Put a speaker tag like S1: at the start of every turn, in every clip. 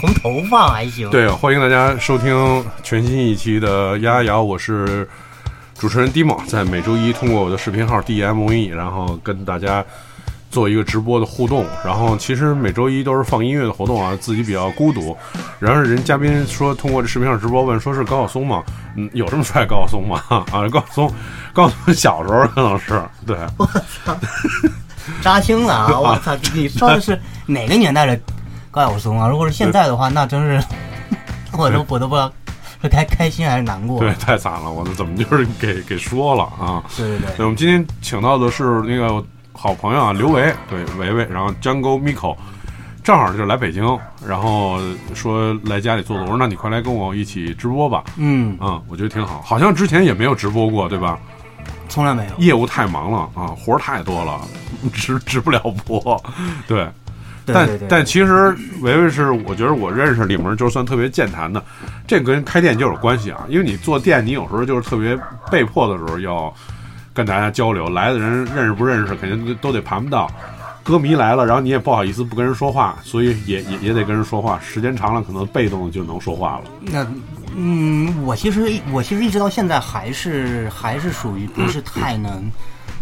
S1: 红头发还行。
S2: 对，欢迎大家收听全新一期的丫丫，我是主持人 Dimo，在每周一通过我的视频号 DME，然后跟大家做一个直播的互动。然后其实每周一都是放音乐的活动啊，自己比较孤独。然后人嘉宾说通过这视频号直播问说是高晓松吗？嗯，有这么帅的高晓松吗？ 啊，高晓松，高晓松小时候可能是对，
S1: 我操，扎心了 啊！我操，你说的是哪个年代的高晓松啊？如果是现在的话，那真是 我都我都不知道是该开心还是难过。
S2: 对，太惨了，我怎么就是给给说了啊？
S1: 对对
S2: 对，
S1: 对，
S2: 我们今天请到的是那个好朋友啊，刘维，对维维，然后 Django Miko，正好就是来北京，然后说来家里坐坐，我说那你快来跟我一起直播吧，
S1: 嗯，
S2: 嗯，我觉得挺好，好像之前也没有直播过，对吧？
S1: 从来没有。
S2: 业务太忙了啊，活儿太多了， 直直不了播，对。
S1: 对
S2: 但
S1: 对对，
S2: 但其实维维是，我觉得我认识里面就算特别健谈的，这跟开店就有关系啊。因为你做店，你有时候就是特别被迫的时候要跟大家交流，来的人认识不认识，肯定都得盘不到。歌迷来了，然后你也不好意思不跟人说话，所以也也也得跟人说话。时间长了，可能被动就能说话了。
S1: 那嗯，我其实我其实一直到现在还是还是属于不是太能。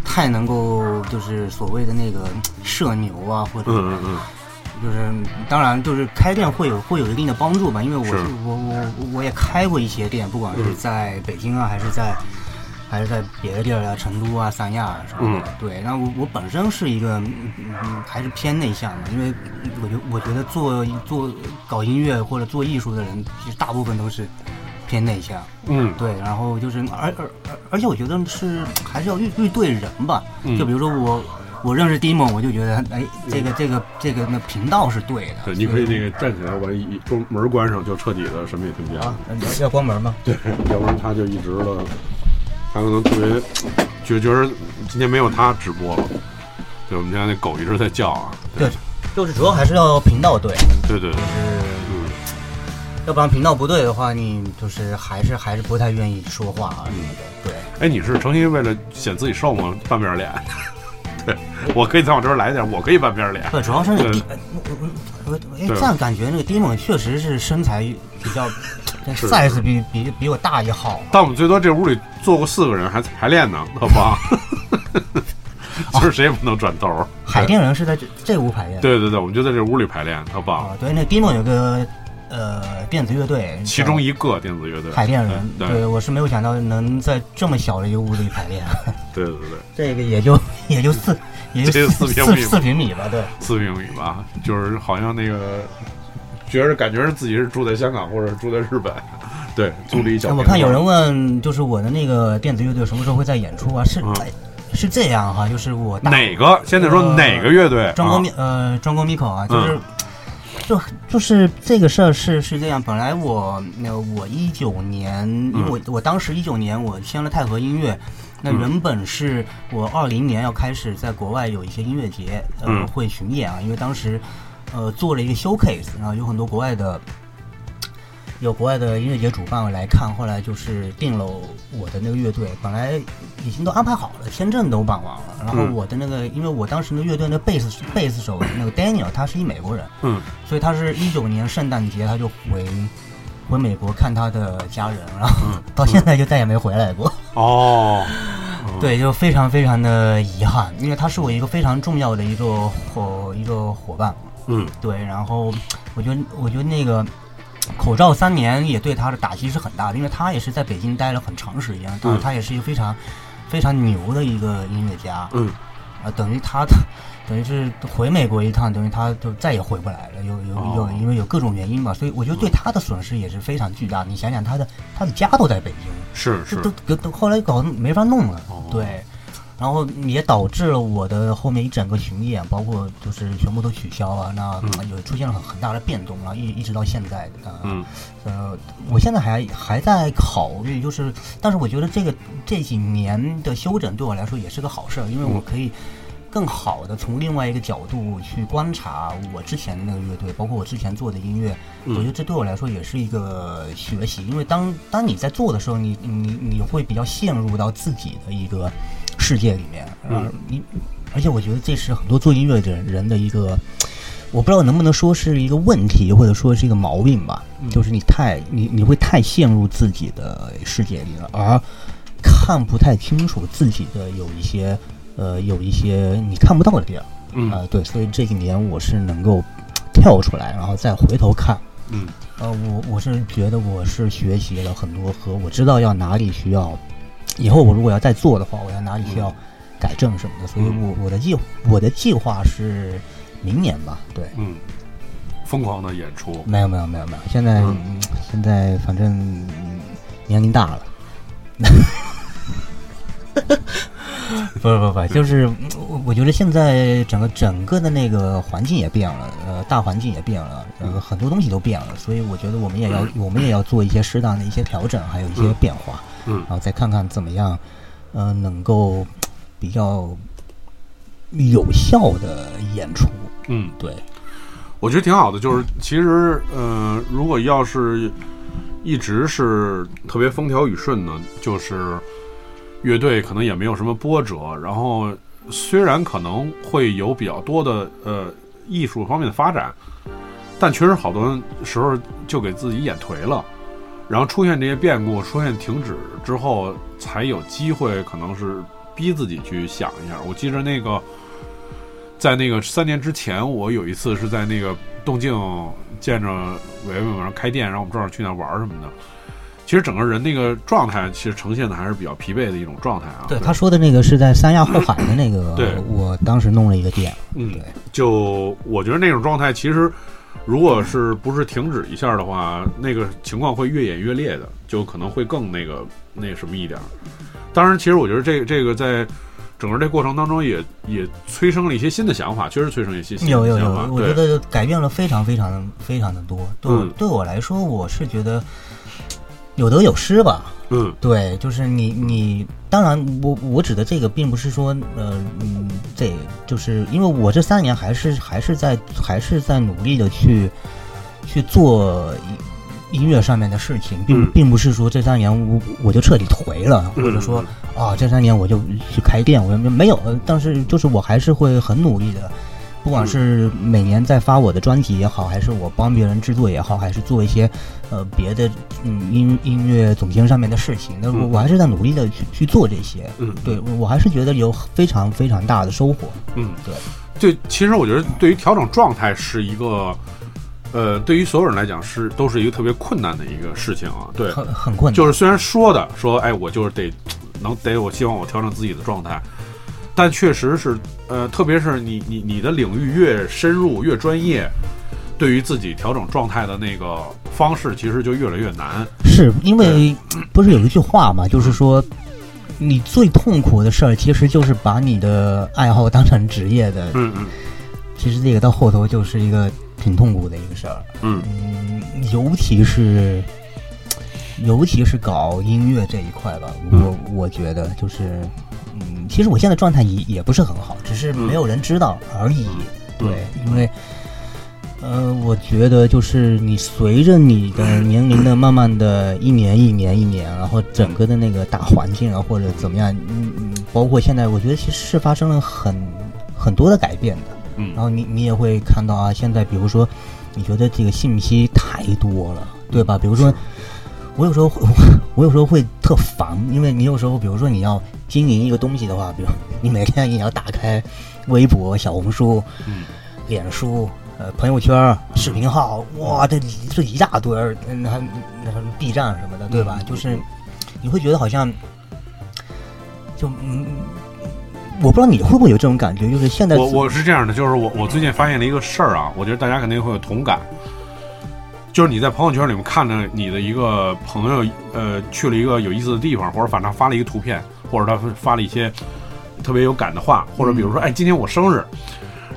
S1: 太能够就是所谓的那个社牛啊，或者
S2: 嗯嗯
S1: 就是当然就是开店会有会有一定的帮助吧，因为我
S2: 是
S1: 是我我我我也开过一些店，不管是在北京啊，还是在还是在别的地儿啊，成都啊、三亚啊什么的。对，然后我我本身是一个嗯嗯还是偏内向的，因为我觉我觉得做做搞音乐或者做艺术的人，其实大部分都是偏内向。
S2: 嗯
S1: 对，然后就是，而而而而且我觉得是还是要遇遇对人吧。
S2: 嗯
S1: 就比如说我我认识 Dimo，我就觉得哎，这个这个这个那频道是对的。
S2: 对，你可以
S1: 所
S2: 那个站起来，完一中门关上，就彻底的什么也听不见了。
S1: 啊，要要关门吗？
S2: 对， 要不然他就一直的，他可能特别觉觉得今天没有他直播了。对，我们家那狗一直在叫啊。
S1: 对，就是主要还是要频道对，就
S2: 对对对，
S1: 是
S2: 嗯，
S1: 要不然频道不对的话，你就是还是还是不太愿意说话啊什么的。对，
S2: 哎，你是诚心为了显自己瘦吗？半边脸？ 对，我可以在我这儿来点，我可以半边脸。
S1: 不，主要是那
S2: 对
S1: D，呃我我我哎，
S2: 嗯对
S1: 这样感觉那个 Dimo 确实是身材比较
S2: 是
S1: size 比比比我大一号。
S2: 但我们最多这屋里坐过四个人，还排练呢，好不好？ 就是谁也不能转头。
S1: 海淀人是在这这屋排练的。
S2: 对对对，我们就在这屋里排练，好不好？
S1: 啊，对，那 Dimo 有个呃电子乐队，
S2: 其中
S1: 一
S2: 一个电子乐队，
S1: 海淀人，
S2: 对
S1: 对我是没有想到能在这么小的一个屋子里排练，啊
S2: 对对对，
S1: 这个也就也就四也
S2: 这
S1: 就
S2: 个
S1: 四
S2: 四平米
S1: 四四平米吧，对，
S2: 四平米吧，就是好像那个，觉着感觉是自己是住在香港或者是住在日本，对，租了一小
S1: 那哎
S2: 平
S1: 我
S2: 方。
S1: 看有人问，就是我的那个电子乐队什么时候会在演出啊？是、
S2: 嗯
S1: 哎是这样哈、就是我大
S2: 哪个？现在说哪个乐队？
S1: 庄
S2: 啊嗯
S1: 公密、呃庄公密口啊，就是。就就是这个事儿是是这样，本来我那我一九年，因为我我当时一九年我签了太和音乐，那
S2: 嗯
S1: 原本是我二零年要开始在国外有一些音乐节，呃
S2: 嗯，
S1: 会巡演啊，因为当时呃做了一个 showcase，然后有很多国外的有国外的音乐节主办来看，后来就是定了我的那个乐队，本来已经都安排好了，签证都办完了。然后
S2: 嗯
S1: 我的那个，因为我当时那个乐队的贝斯贝斯手那个 Daniel，他是一美国人，
S2: 嗯
S1: 所以他是一九年圣诞节他就回回美国看他的家人，然后
S2: 嗯
S1: 到现在就再也没回来过。
S2: 哦，
S1: 对，就非常非常的遗憾，因为他是我一个非常重要的一个伙一个伙伴。
S2: 嗯
S1: 对，然后我觉得我觉得那个口罩三年也对他的打击是很大的，因为他也是在北京待了很长时间，当然
S2: 嗯
S1: 他也是一个非常非常牛的一个音乐家啊、
S2: 嗯，
S1: 等于他等于是回美国一趟，等于他就再也回不来了，有有有
S2: 哦，嗯
S1: 因为有各种原因吧，所以我觉得对他的损失也是非常巨大。你想想，他的他的家都在北京，
S2: 是
S1: 这
S2: 是
S1: 都，都都后来搞得没法弄了，
S2: 哦
S1: 对，然后也导致了我的后面一整个巡演，包括就是全部都取消了，那
S2: 嗯
S1: 有出现了很很大的变动，然后一一直到现在，呃，
S2: 嗯
S1: 呃，我现在还还在考虑，就是，但是我觉得这个这几年的休整对我来说也是个好事儿，因为我
S2: 嗯
S1: 可以。更好的从另外一个角度去观察我之前的那个乐队，包括我之前做的音乐，我觉得
S2: 嗯
S1: 这对我来说也是一个学习，因为当当你在做的时候，你你你会比较陷入到自己的一个世界里面，
S2: 嗯
S1: 而你而且我觉得这是很多做音乐的人人的一个我不知道能不能说是一个问题，或者说是一个毛病吧，就是你太你你会太陷入自己的世界里了，而看不太清楚自己的有一些呃有一些你看不到的地儿，
S2: 嗯
S1: 啊、对，所以这几年我是能够跳出来，然后再回头看，
S2: 嗯
S1: 呃，我我是觉得我是学习了很多和我知道要哪里需要，以后我如果要再做的话，我要哪里需要改正什么的，所以
S2: 嗯
S1: 我我的计我的计划是明年吧，对，
S2: 嗯，疯狂的演出，
S1: 没有没有没有没有，现在、
S2: 嗯
S1: 嗯现在反正嗯年龄大 了。不是不是不是，就是嗯我我觉得现在整个整个的那个环境也变了，呃，大环境也变了，呃，很多东西都变了，所以我觉得我们也要我们也要做一些适当的一些调整，还有一些
S2: 嗯
S1: 变化，
S2: 嗯
S1: 然后再看看怎么样，呃，能够比较有效的演出，
S2: 嗯。
S1: 对，
S2: 我觉得挺好的，就是其实，呃，如果要是一直是特别风调雨顺呢，就是乐队可能也没有什么波折，然后虽然可能会有比较多的呃艺术方面的发展，但确实好多时候就给自己演颓了，然后出现这些变故、出现停止之后，才有机会可能是逼自己去想一下。我记着那个。在那个三年之前，我有一次是在那个东京见着维维晚上开店，然后我们正好去那玩儿什么的。其实整个人那个状态，其实呈现的还是比较疲惫的一种状态啊。
S1: 对，他说的那个是在三亚后海的那个，
S2: 对
S1: 我当时弄了一个店，
S2: 嗯
S1: 对，
S2: 就我觉得那种状态，其实如果是不是停止一下的话，那个情况会越演越烈的，就可能会更那个那什么一点儿。当然，其实我觉得这这个在整个这过程当中也也催生了一些新的想法，确实催生了一些新
S1: 有
S2: 的
S1: 有有
S2: 想法。，
S1: 我觉
S2: 对，
S1: 得改变了非常非常非常的多。对我、
S2: 嗯
S1: 对我来说，我是觉得有得有失吧。
S2: 嗯
S1: 对，就是你你，当然我我指的这个并不是说呃嗯，这就是因为我这三年还是还是在还是在努力的去去做音乐上面的事情，并、
S2: 嗯
S1: 并不是说这三年我我就彻底颓了，或者
S2: 嗯
S1: 说。啊，这三年我就去开店，我没有，呃但是就是我还是会很努力的，不管是
S2: 嗯
S1: 每年在发我的专辑也好，还是我帮别人制作也好，还是做一些呃别的嗯音音乐总监上面的事情，那我
S2: 嗯
S1: 我还是在努力的去去做这些。
S2: 嗯，
S1: 对，我我还是觉得有非常非常大的收获。
S2: 嗯，
S1: 对，
S2: 对，其实我觉得对于调整状态是一个，呃，对于所有人来讲是都是一个特别困难的一个事情啊。对，
S1: 很很困难。
S2: 就是虽然说的说，哎，我就是得能得，我希望我调整自己的状态，但确实是，呃，特别是你你你的领域越深入越专业，对于自己调整状态的那个方式，其实就越来越难。
S1: 是因为不是有一句话嘛，就是说，你最痛苦的事儿其实就是把你的爱好当成职业的
S2: 嗯嗯
S1: 其实这个到后头就是一个挺痛苦的一个事儿，
S2: 嗯
S1: 嗯，尤其是，尤其是搞音乐这一块吧，我我觉得就是，嗯，其实我现在状态也也不是很好，只是没有人知道而已，
S2: 嗯
S1: 对，因为，呃，我觉得就是你随着你的年龄的慢慢的一年一年一年，然后整个的那个大环境啊或者怎么样，嗯嗯，包括现在，我觉得其实是发生了很很多的改变的。
S2: 嗯
S1: 然后你你也会看到啊，现在比如说，你觉得这个信息太多了，对吧？比如说， 我有时候会 我有时候会特烦，因为你有时候，比如说你要经营一个东西的话，比如你每天也要打开微博、小红书、
S2: 嗯
S1: 脸书、呃朋友圈、视频号，哇，这这一大堆儿，那还那还 B 站什么的，对吧？
S2: 嗯
S1: 就是你会觉得好像就嗯。我不知道你会不会有这种感觉，就是现在
S2: 我我是这样的，就是我我最近发现了一个事儿啊，我觉得大家肯定会有同感，就是你在朋友圈里面看着你的一个朋友，呃，去了一个有意思的地方，或者反正他发了一个图片，或者他发了一些特别有感的话，或者比如说，哎，今天我生日，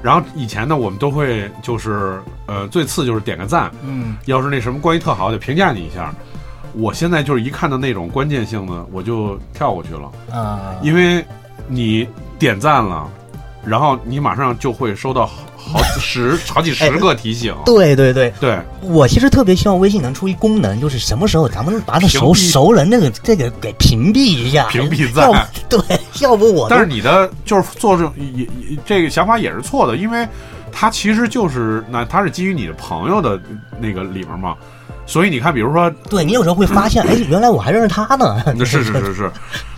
S2: 然后以前呢，我们都会就是呃，最次就是点个赞，
S1: 嗯，
S2: 要是那什么关系特好，得评价你一下。我现在就是一看到那种关键性的，我就跳过去了。
S1: 啊，
S2: 因为你点赞了，然后你马上就会收到好好几十、好几十个提醒。
S1: 对对对，
S2: 对，
S1: 我其实特别希望微信能出一功能，就是什么时候咱们把那熟
S2: 屏蔽
S1: 熟人那个这个给屏蔽一下，
S2: 屏蔽
S1: 要
S2: 赞
S1: 不对，要不我都
S2: 但是你的就是做这种也也这个想法也是错的，因为它其实就是那它是基于你的朋友的那个里面嘛，所以你看，比如说
S1: 对你有时候会发现，哎，原来我还认识他呢。
S2: 嗯是是是是，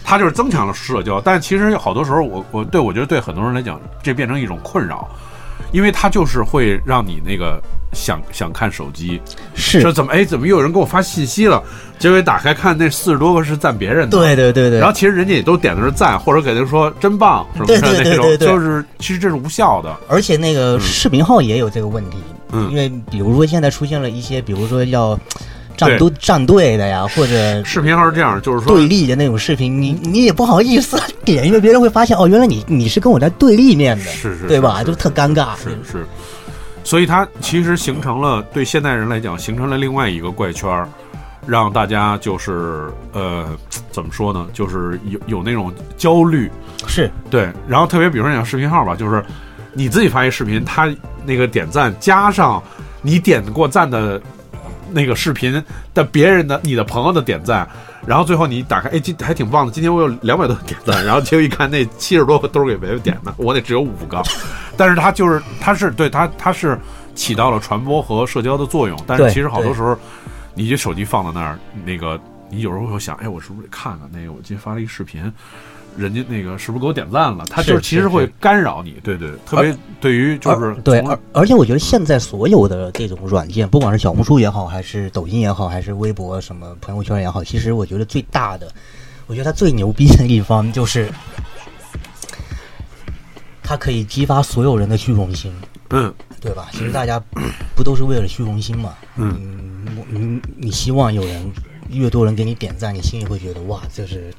S2: 它就是增强了社交，但其实好多时候我，我对我觉得对很多人来讲，这变成一种困扰，因为它就是会让你那个想想看手机，说
S1: 是，
S2: 怎么哎怎么又有人给我发信息了，结果一打开看那四十多个是赞别人的，
S1: 对对对对。
S2: 然后其实人家也都点的是赞，或者给他说真棒什么
S1: 对
S2: 的
S1: 对对
S2: 那种，
S1: 对对
S2: 就是其实这是无效的，
S1: 而且那个视频号也有这个问题，
S2: 嗯
S1: 因为比如说现在出现了一些，比如说要站队站队的呀，或者
S2: 视频号是这样，就是说
S1: 对立的那种视频，你你也不好意思点，因为别人会发现哦，原来你你是跟我在对立面的，
S2: 是是
S1: 对吧？
S2: 是
S1: 就特尴尬。
S2: 是是，所以它其实形成了对现代人来讲形成了另外一个怪圈儿，让大家就是呃怎么说呢，就是有有那种焦虑，
S1: 是
S2: 对，然后特别比如说你讲视频号吧，就是你自己发一视频，他那个点赞加上你点过赞的那个视频的别人的你的朋友的点赞，然后最后你打开，哎，今还挺棒的，今天我有两百多个点赞，然后结果一看那七十多个都是给别人点的，我得只有五个，但是他就是他是对他他是起到了传播和社交的作用，但是
S1: 对
S2: 其实好多
S1: 对
S2: 时候你这手机放在那儿，那个你有时候会想，哎，我是不是得看看那个我今天发了一视频。人家那个是不是给我点赞了？他就是
S1: 是
S2: 其实
S1: 是
S2: 会干扰你，对对，特别对于就是
S1: 而对，
S2: 从
S1: 而而且我觉得现在所有的这种软件，不管是小红书也好，还是抖音也好，还是微博什么朋友圈也好，其实我觉得最大的，我觉得它最牛逼的地方就是，它可以激发所有人的虚荣心，
S2: 嗯
S1: 对吧？其实大家不都是为了虚荣心嘛？嗯，我你你希望有人越多人给你点赞，你心里会觉得哇，这是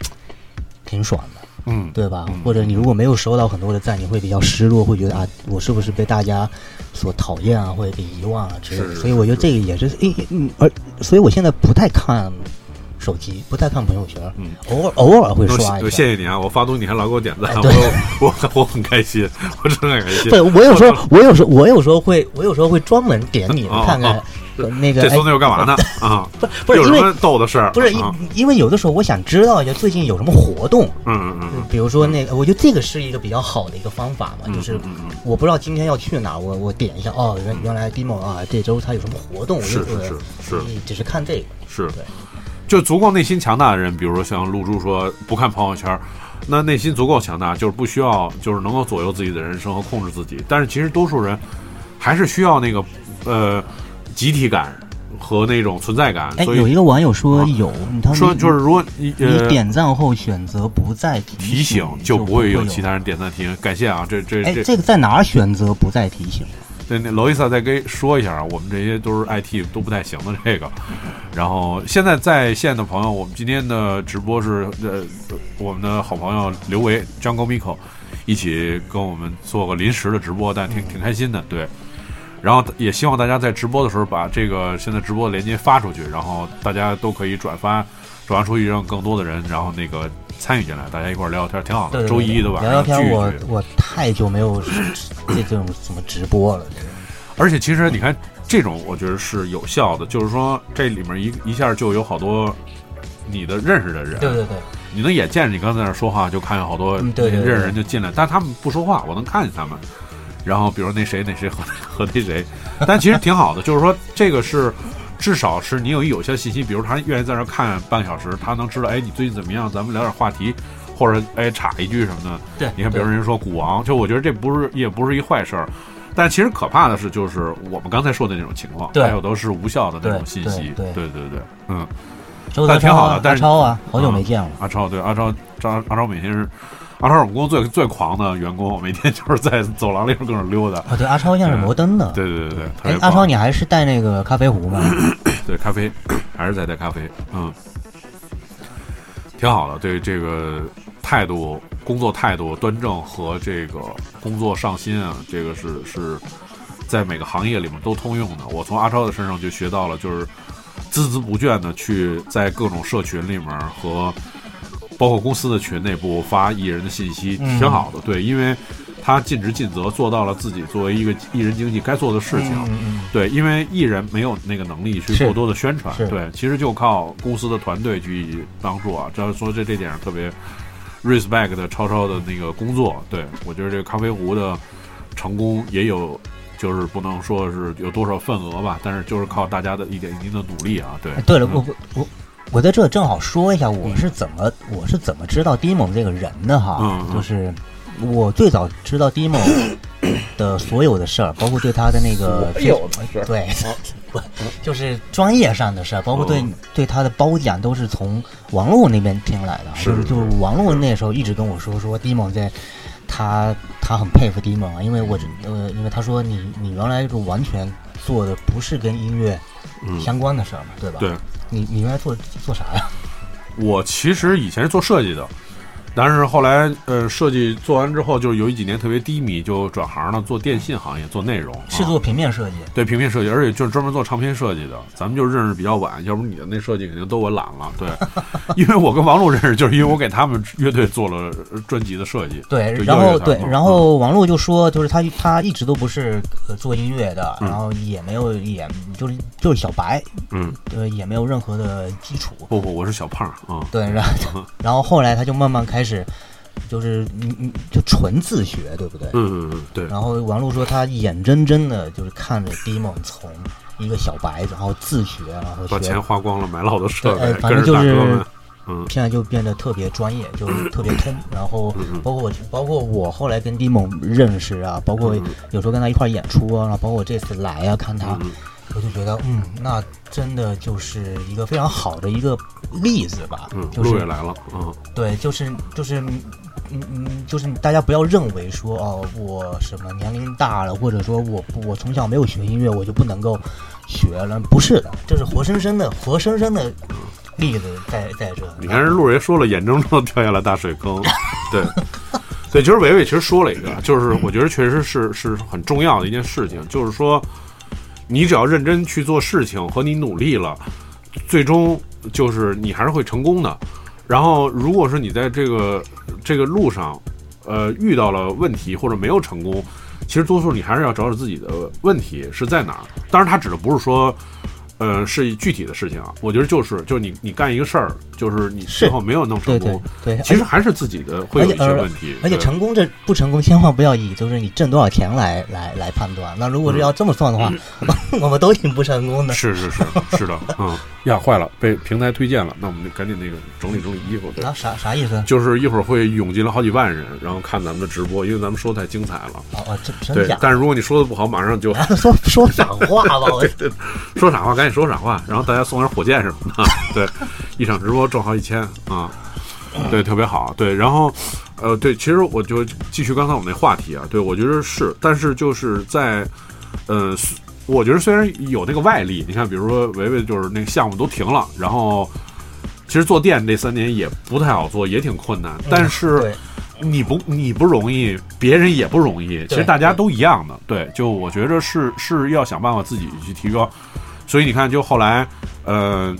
S1: 挺爽的。
S2: 嗯
S1: 对吧？或者你如果没有收到很多的赞，你会比较失落，会觉得啊，我是不是被大家所讨厌啊，或者被遗忘啊之类
S2: 是
S1: 的。所以我觉得这个也是，诶，嗯，而所以我现在不太看手机，不太看朋友圈，
S2: 嗯
S1: 偶尔偶尔会
S2: 那我
S1: 刷
S2: 谢
S1: 一
S2: 谢
S1: 下。
S2: 谢你啊！我发东西你还老给我点赞，
S1: 哎对
S2: 我我我很开心，我真的很开心。
S1: 对，我有时候，我有时候，我有时候会，我有时候会专门点你
S2: 哦
S1: 看看
S2: 哦
S1: 呃那个
S2: 这
S1: 哎
S2: 孙子又干嘛呢？啊，
S1: 不是
S2: 有什
S1: 因为
S2: 么逗的事儿？
S1: 不是因
S2: 啊
S1: 因为有的时候我想知道一下最近有什么活动，
S2: 嗯嗯嗯
S1: 比如说那个，我觉得这个是一个比较好的一个方法嘛，就是
S2: 嗯嗯
S1: 我不知道今天要去哪儿，我我点一下哦，原原来 Dimo 啊，这周他有什么活动，我就是
S2: 是是是
S1: 你只是看这个，
S2: 是
S1: 对，
S2: 就足够内心强大的人，比如说像露珠说不看朋友圈儿，那内心足够强大，就是不需要就是能够左右自己的人生和控制自己。但是其实多数人还是需要那个呃集体感和那种存在感，
S1: 哎，
S2: 所
S1: 有一
S2: 以
S1: 个网友说
S2: 啊
S1: 有，他
S2: 说就是如果你
S1: 你
S2: 呃。
S1: 点赞后选择不再提
S2: 提醒就
S1: 不
S2: 不会有其。他人点赞提醒，感谢啊！这这
S1: 哎，
S2: 这
S1: 这个在哪儿选择不再提醒？
S2: 对，那罗伊萨再跟说一下啊，我们这些都是 IT 都不太行的这个。然后现在在线的朋友，我们今天的直播是呃，我们的好朋友刘维 Jungle Miko 一起跟我们做个临时的直播，
S1: 嗯
S2: 但挺挺开心的，对。然后也希望大家在直播的时候把这个现在直播的链接发出去，然后大家都可以转发，转发出去让更多的人，然后那个参与进来，大家一块儿聊聊天，挺好的。 周一的晚
S1: 聊聊
S2: 上
S1: 天，
S2: 聚一
S1: 我
S2: 聚。
S1: 我太久没有这这种什么直播了，
S2: 而且其实你看，这种我觉得是有效的，就是说这里面一一下就有好多你的认识的人，
S1: 对对对，
S2: 你能眼见着你刚才在那儿说话，就看见好多
S1: 嗯
S2: 认
S1: 对对对
S2: 识人就进来，但他们不说话，我能看见他们。然后比如那谁那谁和和那谁，但其实挺好的，就是说这个是。至少是你有一有些信息，比如他愿意在那儿看半小时，他能知道，哎，你最近怎么样？咱们聊点话题，或者哎插一句什么的。
S1: 对
S2: 你看，比如人家说股王，就我觉得这不是也不是一坏事儿，但其实可怕的是，就是我们刚才说的那种情况，
S1: 对
S2: 还有都是无效的那种
S1: 对
S2: 信
S1: 对
S2: 息。
S1: 对
S2: 对对对，嗯。
S1: 周
S2: 但
S1: 泽
S2: 挺
S1: 超
S2: 好的
S1: 啊
S2: 但
S1: 阿
S2: 是
S1: 超啊，好久
S2: 嗯
S1: 没见了。
S2: 阿超对阿超，张阿超每天是阿超是我们公司最最狂的员工，我每天就是在走廊里边各种溜达。
S1: 啊，对，阿超现在是摩登的。
S2: 对对对对，特
S1: 哎
S2: 别，
S1: 阿超，
S2: 狂
S1: 你还是带那个咖啡壶 吗？
S2: 对咖啡还是在带咖啡，嗯，挺好的。对这个态度、工作态度端正和这个工作上心啊，这个是是在每个行业里面都通用的。我从阿超的身上就学到了，就是孜孜不倦的去在各种社群里面和包括公司的群内部发艺人的信息，
S1: 嗯
S2: 挺好的。对，因为他尽职尽责，做到了自己作为一个艺人经纪该做的事情。
S1: 嗯
S2: 对，因为艺人没有那个能力去
S1: 是
S2: 过多的宣传，
S1: 是
S2: 对，其实就靠公司的团队去帮助啊。这样说这这点上特别 respect 超超的那个工作，对我觉得这个咖啡壶的成功也有就是不能说是有多少份额吧，但是就是靠大家的一点一定的努力啊。对，
S1: 对了，我我我我在这正好说一下，我是怎么我是怎么知道 Dimo 这个人的哈，
S2: 嗯嗯
S1: 就是我最早知道 Dimo 的所有的事儿，包括对他的那个
S3: 哎呦我的天
S1: 对，
S2: 哦
S1: 不 就是专业上的事儿，包括对、
S2: 嗯
S1: 对他的褒奖，都是从王璐那边听来的。
S2: 是
S1: 就是就是王璐那时候一直跟我说说 Dimo 在，他他很佩服 Dimo，啊因为我呃，因为他说你你原来就完全做的不是跟音乐
S2: 嗯
S1: 相关的事儿嘛，对吧？
S2: 对，
S1: 你你原来做做啥呀？
S2: 我其实以前是做设计的，但是后来呃，设计做完之后，就是有几年特别低迷，就转行了，做电信行业，做内容，
S1: 是
S2: 啊
S1: 做平面设计，
S2: 对平面设计，而且就是专门做唱片设计的。咱们就是认识比较晚，要不你的那设计肯定都我揽了。 对，因为我跟王璐认识，就是因为我给他们乐队做了呃专辑的设计。
S1: 对，
S2: 就
S1: 然
S2: 邀约
S1: 后
S2: 他嗯
S1: 对，
S2: 嘛
S1: 然后王璐就说，就是他他一直都不是、呃、做音乐的，
S2: 嗯
S1: 然后也没有也就是就是小白，
S2: 嗯，
S1: 呃，也没有任何的基础，
S2: 不不，我是小胖啊，
S1: 对，然后 然后后来他就慢慢开始，就是你你就纯自学，对不对？
S2: 嗯嗯嗯，对，
S1: 然后王璐说他眼睁睁的就是看着 Dimo 从一个小白，然后自学，然后
S2: 把
S1: 学
S2: 钱，花光了，买了好多设
S1: 对
S2: 备
S1: 呃，反
S2: 跟
S1: 正
S2: 着大
S1: 就是
S2: 哥们，嗯
S1: 现在就变得特别专业， 就特别通。然后
S2: 嗯
S1: 包括我，包括我后来跟 Dimo 认识啊，包
S2: 嗯
S1: 括有时候跟他一块儿演出啊，然后包括我这次来啊看他，我就觉得嗯，那真的就是一个非常好的一个例子吧，
S2: 嗯，
S1: 就
S2: 路
S1: 是
S2: 也来了，嗯
S1: 对，就是就是，嗯嗯，就是大家不要认为说哦，我什么年龄大了，或者说我不我从小没有学音乐，我就不能够学了，不是的，这是活生生的活生生的例子在在这。
S2: 你看人路人说了，眼睁睁地掉下了大水坑，对。对，其实伟伟其实说了一个，就是我觉得确实是是很重要的一件事情，就是说，你只要认真去做事情和你努力了，最终就是你还是会成功的。然后，如果是你在这个这个路上，呃，遇到了问题或者没有成功，其实多数你还是要找找自己的问题是在哪儿。当然，他指的不是说，呃，是具体的事情啊。我觉得就是就是你你干一个事儿，就是你最后没有弄
S1: 对
S2: 成
S1: 对
S2: 功，
S1: 对，
S2: 其实还是自己的会有一些问题。
S1: 而且
S2: 对
S1: 成功这不成功，千万不要以就是你挣多少钱来来来判断。那如果是要这么算的话， 我们都挺不成功的。
S2: 嗯是是是 是的，嗯，压坏了，被平台推荐了，那我们就赶紧那个整理整理衣服。对
S1: 啊，，啥啥意思？
S2: 就是一会儿会涌进来好几万人，然后看咱们的直播，因为咱们说得太精彩了。
S1: 哦哦，真真
S2: 对
S1: 假，？
S2: 但是如果你说的不好，马上就
S1: 说说反话吧，我
S2: 说傻话，赶紧说傻话，然后大家送点火箭什么的。 对，一场直播挣好几千啊，对，特别好。对，然后，呃，对，其实我就继续刚才我们那话题啊，对我觉得是，但是就是在，呃，虽我觉得虽然有那个外力，你看，比如说维维就是那个项目都停了，然后。其实做店这三年也不太好做，也挺困难。但是
S1: 对
S2: 你不你不容易，别人也不容易，其实
S1: 对
S2: 大家都一样的。对，就我觉着是是要想办法自己去提高。所以你看，就后来，呃，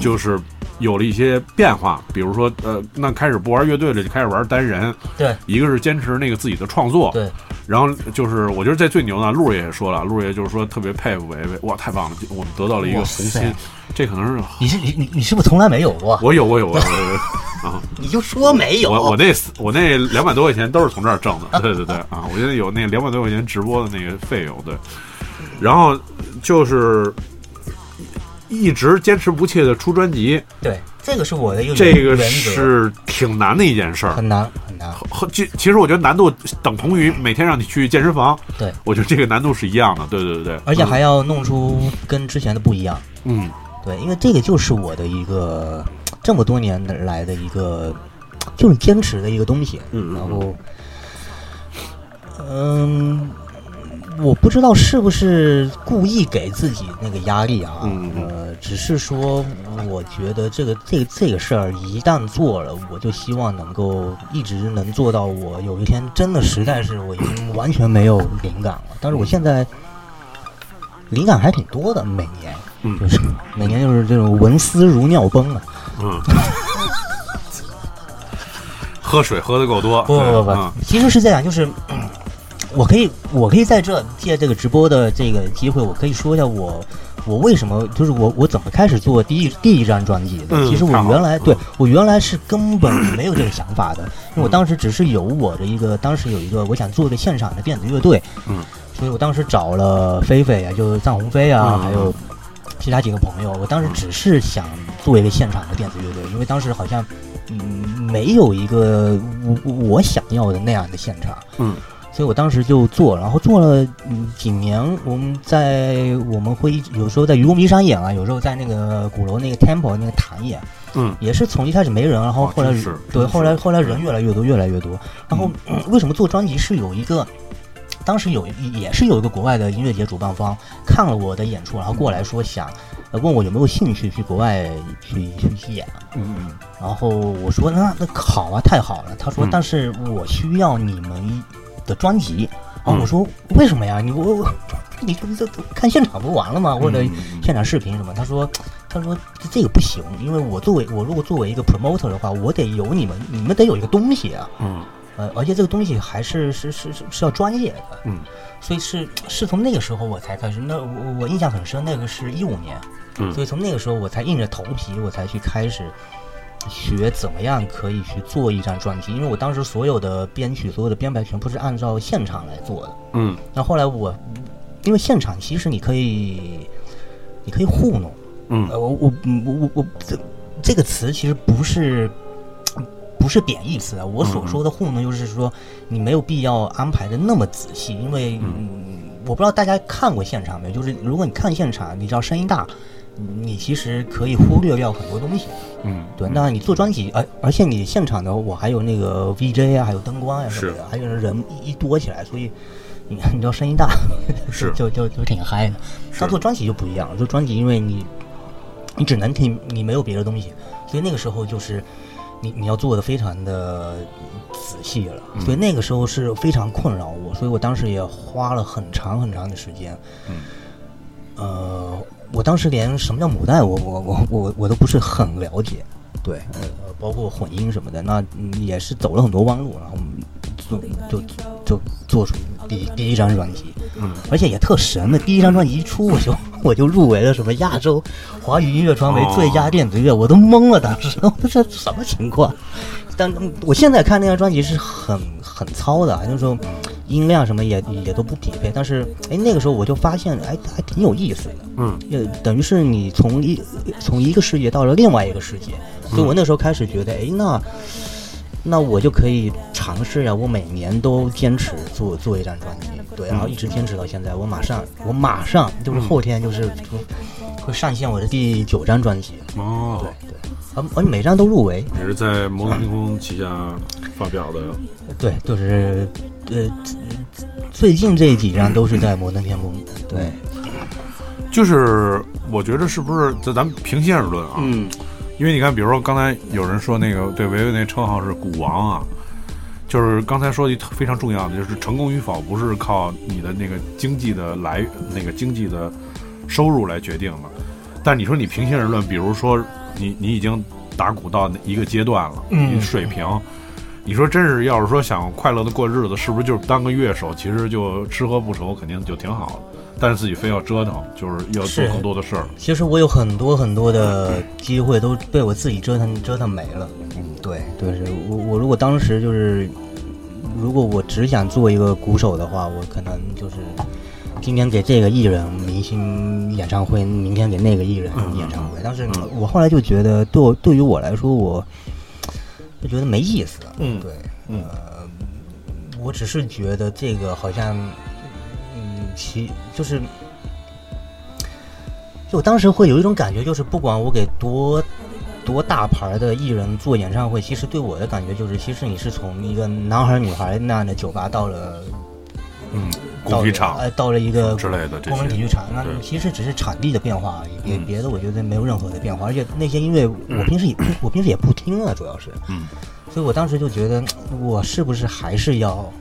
S2: 就是有了一些变化，比如说，呃，那开始不玩乐队了，就开始玩单人。
S1: 嗯对，
S2: 一个是坚持那个自己的创作，
S1: 对，
S2: 然后就是我觉得这最牛的，陆爷也说了，陆爷就是说特别佩服维维，哇，太棒了，我们得到了一个
S1: 哇
S2: 红
S1: 塞
S2: 心，这可能是
S1: 你是你你你是不是从来没有过？
S2: 我有我有我有我有。啊，
S1: 你就说没有。
S2: 我我那四我那两百多块钱都是从这儿挣 的，对对对啊，我现在有那两百多块钱直播的那个费用，对，然后就是一直坚持不懈的出专辑，
S1: 对，这个是我的一个原
S2: 这个
S1: 原则
S2: 是挺难的一件事儿。
S1: 很难很难。
S2: 和其其实我觉得难度等同于每天让你去健身房，
S1: 对，
S2: 我觉得这个难度是一样的，对对对对，
S1: 而且还要弄出跟之前的不一样。
S2: 嗯
S1: 对，因为这个就是我的一个这么多年来的一个就是坚持的一个东西。
S2: 嗯嗯嗯
S1: 然后，嗯，我不知道是不是故意给自己那个压力啊。
S2: 嗯嗯
S1: 呃，只是说，我觉得这个这个这个事儿一旦做了，我就希望能够一直能做到我。有一天真的实在是我已经完全没有灵感了，但是我现在灵感还挺多的，每年。
S2: 嗯
S1: 就是每年就是这种文思如尿崩啊！
S2: 嗯，喝水喝的够多，
S1: 不不不
S2: 对嗯
S1: 不，其实是这样，就是 嗯我可以我可以在这借这个直播的这个机会，我可以说一下我我为什么就是我我怎么开始做第一第一张专辑的。
S2: 嗯
S1: 其实我
S2: 太好了
S1: 原来
S2: 嗯
S1: 对我原来是根本没有这个想法的，因为我当时只是有我的一个当时有一个我想做一个现场的电子乐队，
S2: 嗯，
S1: 所以我当时找了菲菲啊，就是臧鸿飞啊，
S2: 嗯
S1: 还有其他几个朋友。我当时只是想做一个现场的电子乐队，因为当时好像嗯没有一个我我想要的那样的现场。
S2: 嗯，
S1: 所以我当时就做，然后做了嗯几年。我们在我们会有时候在愚公移山演啊，有时候在那个鼓楼那个 temple 那个堂演。
S2: 嗯，
S1: 也是从一开始没人，然后
S2: 哦
S1: 后来、
S2: 真是真
S1: 对，
S2: 是嗯
S1: 后来后来人越来越多，越来越多。然后、嗯为什么做专辑是有一个，当时有也是有一个国外的音乐节主办方看了我的演出，然后过来说想呃问我有没有兴趣去国外去去去演。
S2: 嗯嗯
S1: 然后我说那那好啊，太好了。他说
S2: 嗯
S1: 但是我需要你们的专辑。啊，
S2: 嗯
S1: 我说为什么呀？你我我你这这这看现场不完了吗？啊或者
S2: 嗯
S1: 现场视频什么？他说他说这个不行，因为我作为我如果作为一个 promoter 的话，我得有你们，你们得有一个东西啊。
S2: 嗯
S1: 呃，而且这个东西还是是是是是要专业的，
S2: 嗯
S1: 所以是是从那个时候我才开始。那我我印象很深，那个是一五年，
S2: 嗯
S1: 所以从那个时候我才硬着头皮，我才去开始学怎么样可以去做一张专辑。因为我当时所有的编曲、所有的编排全部是按照现场来做的。
S2: 嗯
S1: 那后来我，因为现场其实你可以，你可以糊弄。
S2: 嗯
S1: 呃，我我嗯我我我这这个词其实不是不是贬义词啊，我
S2: 嗯
S1: 所说的糊弄就是说你没有必要安排的那么仔细，因为、嗯、我不知道大家看过现场没有，就是如果你看现场，你知道声音大，你其实可以忽略掉很多东西。
S2: 嗯，
S1: 对，那你做专辑，而而且你现场的我还有那个 VJ 啊，还有灯光啊什么
S2: 是
S1: 的，还有人一多起来，所以你你知道声音大，
S2: 是
S1: 就就就挺嗨的。
S2: 是
S1: 但做专辑就不一样了，做专辑因为你你只能听，你没有别的东西，所以那个时候就是你你要做的非常的仔细了，
S2: 嗯
S1: 所以那个时候是非常困扰我，所以我当时也花了很长很长的时间，嗯，呃，我当时连什么叫母带我我我我我都不是很了解，对，呃，包括混音什么的，那嗯也是走了很多弯路，然后做就就做出第一第一张专辑，嗯，而且也特神的，第一张专辑一出我就我就入围了什么亚洲华语音乐传媒最佳电子乐，我都懵了，当时 我说这什么情况？但嗯我现在看那张专辑是很很糙的，那时候音量什么也也都不匹配，但是哎那个时候我就发现哎还挺有意思的，
S2: 嗯，
S1: 也等于是你从一从一个世界到了另外一个世界，所以我那时候开始觉得哎那。那我就可以尝试呀、我每年都坚持做做一张专辑，对，然后一直坚持到现在。我马上，我马上就是后天就是就会上线我的第九张专辑，
S2: 哦
S1: 对，对，而而每张都入围，
S2: 也是在摩登天空旗下发表的，
S1: 对，就是呃，最近这几张都是在摩登天空，对，
S2: 就是我觉得是不是？就咱们平心而论啊，
S1: 嗯，
S2: 因为你看，比如说刚才有人说那个对维维那称号是股王啊，就是刚才说的一非常重要的，就是成功与否不是靠你的那个经济的来那个经济的收入来决定的。但你说你平心而论，比如说你你已经打鼓到一个阶段了，
S1: 嗯
S2: 你水平，你说真是要是说想快乐的过日子，是不是就是当个乐手，其实就吃喝不愁，肯定就挺好的。但是自己非要折腾，就是要做
S1: 是
S2: 更多的事儿。
S1: 其实我有很多很多的机会都被我自己折腾折腾没了。
S2: 嗯，
S1: 对，对，是我我如果当时就是，如果我只想做一个鼓手的话，我可能就是今天给这个艺人明星演唱会，明天给那个艺人演唱会。但是我后来就觉得，对我对于我来说，我就觉得没意思。
S2: 嗯
S1: 对，
S2: 嗯
S1: 呃，我只是觉得这个好像，嗯，其就是。就我当时会有一种感觉，就是不管我给多多大牌的艺人做演唱会，其实对我的感觉就是，其实你是从一个男孩儿女孩儿那样的酒吧到了
S2: 嗯，
S1: 到
S2: 鼓皮
S1: 了
S2: 场
S1: 呃，到了一个
S2: 之类的这
S1: 国民体
S2: 些嗯
S1: 育。场，那
S2: 对
S1: 其实只是场地的变化而已，别
S2: 嗯
S1: 别的我觉得没有任何的变化，而且那些音乐我平时也我平时也不听啊，主要是，
S2: 嗯
S1: 所以我当时就觉得我是不是还是要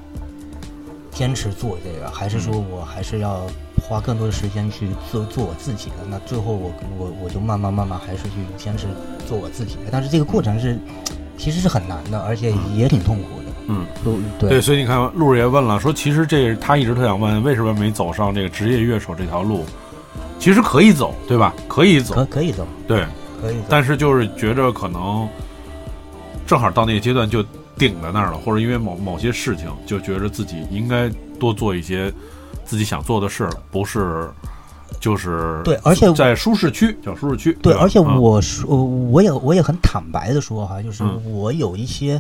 S1: 坚持做这个，还是说
S2: 嗯
S1: 我还是要花更多的时间去做做我自己的？那最后我我我就慢慢慢慢还是去坚持做我自己的，但是这个过程是其实是很难的，而且也挺痛苦的。
S2: 嗯，
S1: 都
S2: 对，所以你看，陆儿也问了，说其实这他一直特想问，为什么没走上这个职业乐手这条路？其实可以走，对吧？可以走
S1: 可，可以走，
S2: 对，
S1: 可以走。
S2: 但是就是觉着可能正好到那个阶段就顶在那儿了，或者因为某某些事情就觉着自己应该多做一些自己想做的事，不是就是
S1: 对而且
S2: 在舒适区叫舒适区，
S1: 对，
S2: 吧
S1: 而且
S2: 啊
S1: 我说，我也我也很坦白的说哈，就是
S2: 嗯
S1: 我有一些，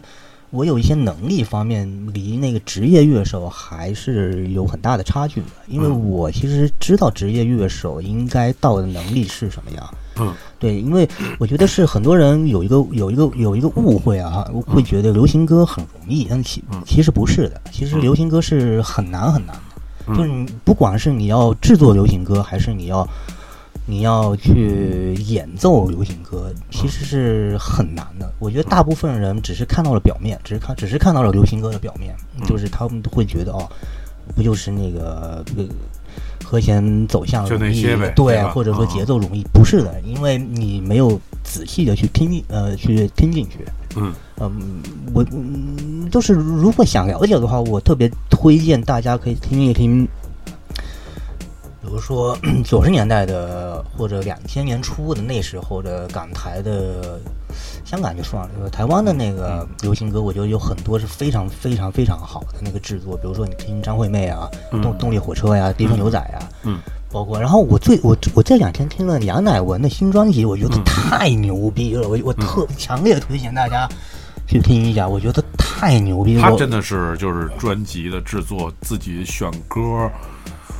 S1: 我有一些能力方面离那个职业乐手还是有很大的差距的，因为
S2: 嗯
S1: 我其实知道职业乐手应该到的能力是什么样。
S2: 嗯
S1: 对，因为我觉得是很多人有一个有一个有一个误会啊，
S2: 嗯
S1: 会觉得流行歌很容易，但其其实不是的，其
S2: 嗯
S1: 实流行歌是很难很难的，就是你不管是你要制作流行歌，还是你要你要去演奏流行歌，其实是很难的。我觉得大部分人只是看到了表面，只是看只是看到了流行歌的表面，
S2: 嗯
S1: 嗯就是他们会觉得哦，不就是那个。呃和弦走向
S2: 就那
S1: 容易
S2: 些呗
S1: 对
S2: 对吧
S1: 或者说
S2: 嗯
S1: 节奏容易，不是的，因为你没有仔细的去听进呃去听进去。
S2: 嗯
S1: 嗯，我嗯就是如果想了解的话，我特别推荐大家可以听一听，比如说 九十年代的或者两千年初的那时候的港台的，香港就算了，就是台湾的那个流行歌，我觉得有很多是非常非常非常好的那个制作，比如说你听张惠妹啊，动动力火车呀、地球牛仔呀、
S2: 嗯
S1: 包括，然后我最我我这两天听了杨乃文的新专辑，我觉得
S2: 嗯
S1: 太牛逼了，我我特强烈推荐大家去听一下，我觉得太牛逼了。
S2: 他
S1: 我
S2: 真的是就是专辑的制作，自己选歌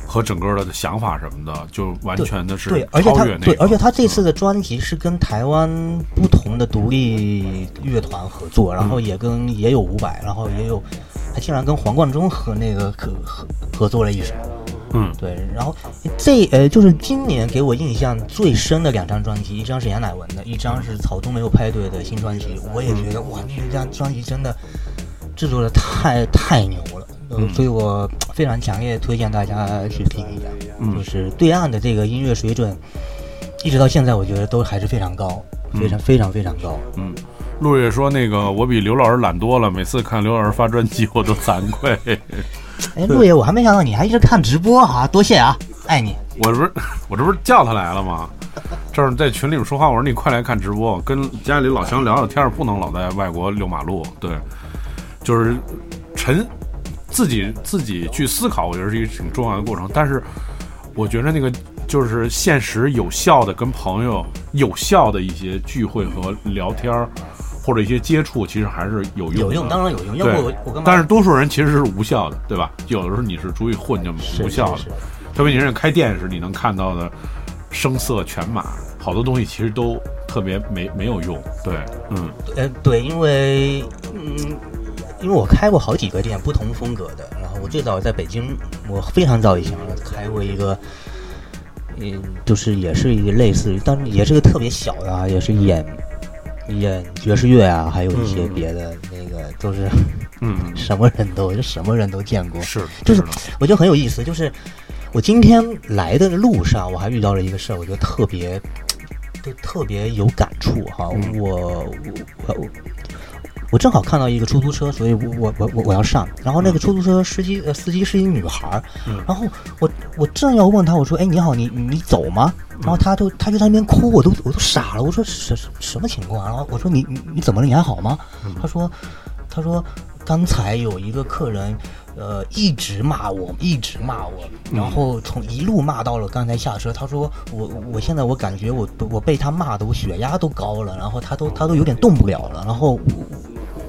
S2: 和整个的想法什么的，就完全的是
S1: 对，而且
S2: 超
S1: 他
S2: 越那个。
S1: 对，而且他这次的专辑是跟台湾不同的独立乐团合
S2: 嗯
S1: 作，然后也跟也有伍佰，然后也有，他竟然跟黄贯中和那个合合合作了一首。
S2: 嗯
S1: 对，然后这呃，就是今年给我印象最深的两张专辑，一张是杨乃文的，一张是草东没有派对的新专辑。我也觉
S2: 嗯
S1: 得哇，那张专辑真的制作的太太牛了，呃
S2: 嗯
S1: 所以我非常强烈推荐大家去听一下。
S2: 嗯
S1: 就是对岸的这个音乐水准，一直到现在，我觉得都还是非常高，非常非常非常高。
S2: 嗯，陆月说那个我比刘老师懒多了，每次看刘老师发专辑我都惭愧。
S1: 哎，陆爷，我还没想到你还一直看直播啊，多谢啊，爱你。
S2: 我这不是 我这不是叫他来了吗？这是在群里面说话，我说你快来看直播，跟家里老乡聊聊天儿，不能老在外国遛马路。对，就是沉自己自己去思考，我觉得是一个挺重要的过程。但是我觉得那个就是现实有效的跟朋友有效的一些聚会和聊天儿，或者一些接触，其实还是有用的。
S1: 有用，当然有用，要
S2: 对
S1: 不我我干嘛？
S2: 但是多数人其实是无效的，对吧？有的时候你是出去混就无效的，
S1: 是是是
S2: 特别你是开店时，你能看到的声色犬马，好多东西其实都特别没没有用。对，嗯
S1: 呃，对，因为嗯，因为我开过好几个店，不同风格的。然后我最早在北京，我非常早以前了，开过一个，嗯，就是也是一个类似于，但是也是个特别小的啊，也是演演爵士乐啊，还有一些别的那个，都是
S2: 嗯，
S1: 什么人都就什么人都见过。
S2: 是
S1: 就是
S2: 的
S1: 我觉得很有意思，就是我今天来的路上，我还遇到了一个事儿，我觉得特别，就特别有感触哈。我我我我我正好看到一个出租车，所以我我我我我要上。然后那个出租车司机呃司机是一女孩儿，然后我我正要问她，我说哎你好你你走吗？然后她就她就在那边哭，我都我都傻了，我说什什什么情况啊？然后我说你你你怎么了？你还好吗？她说她说刚才有一个客人。呃，一直骂我，一直骂我，然后从一路骂到了刚才下车。他说我我现在我感觉我我被他骂的我血压都高了，然后他都他都有点动不了了，然后我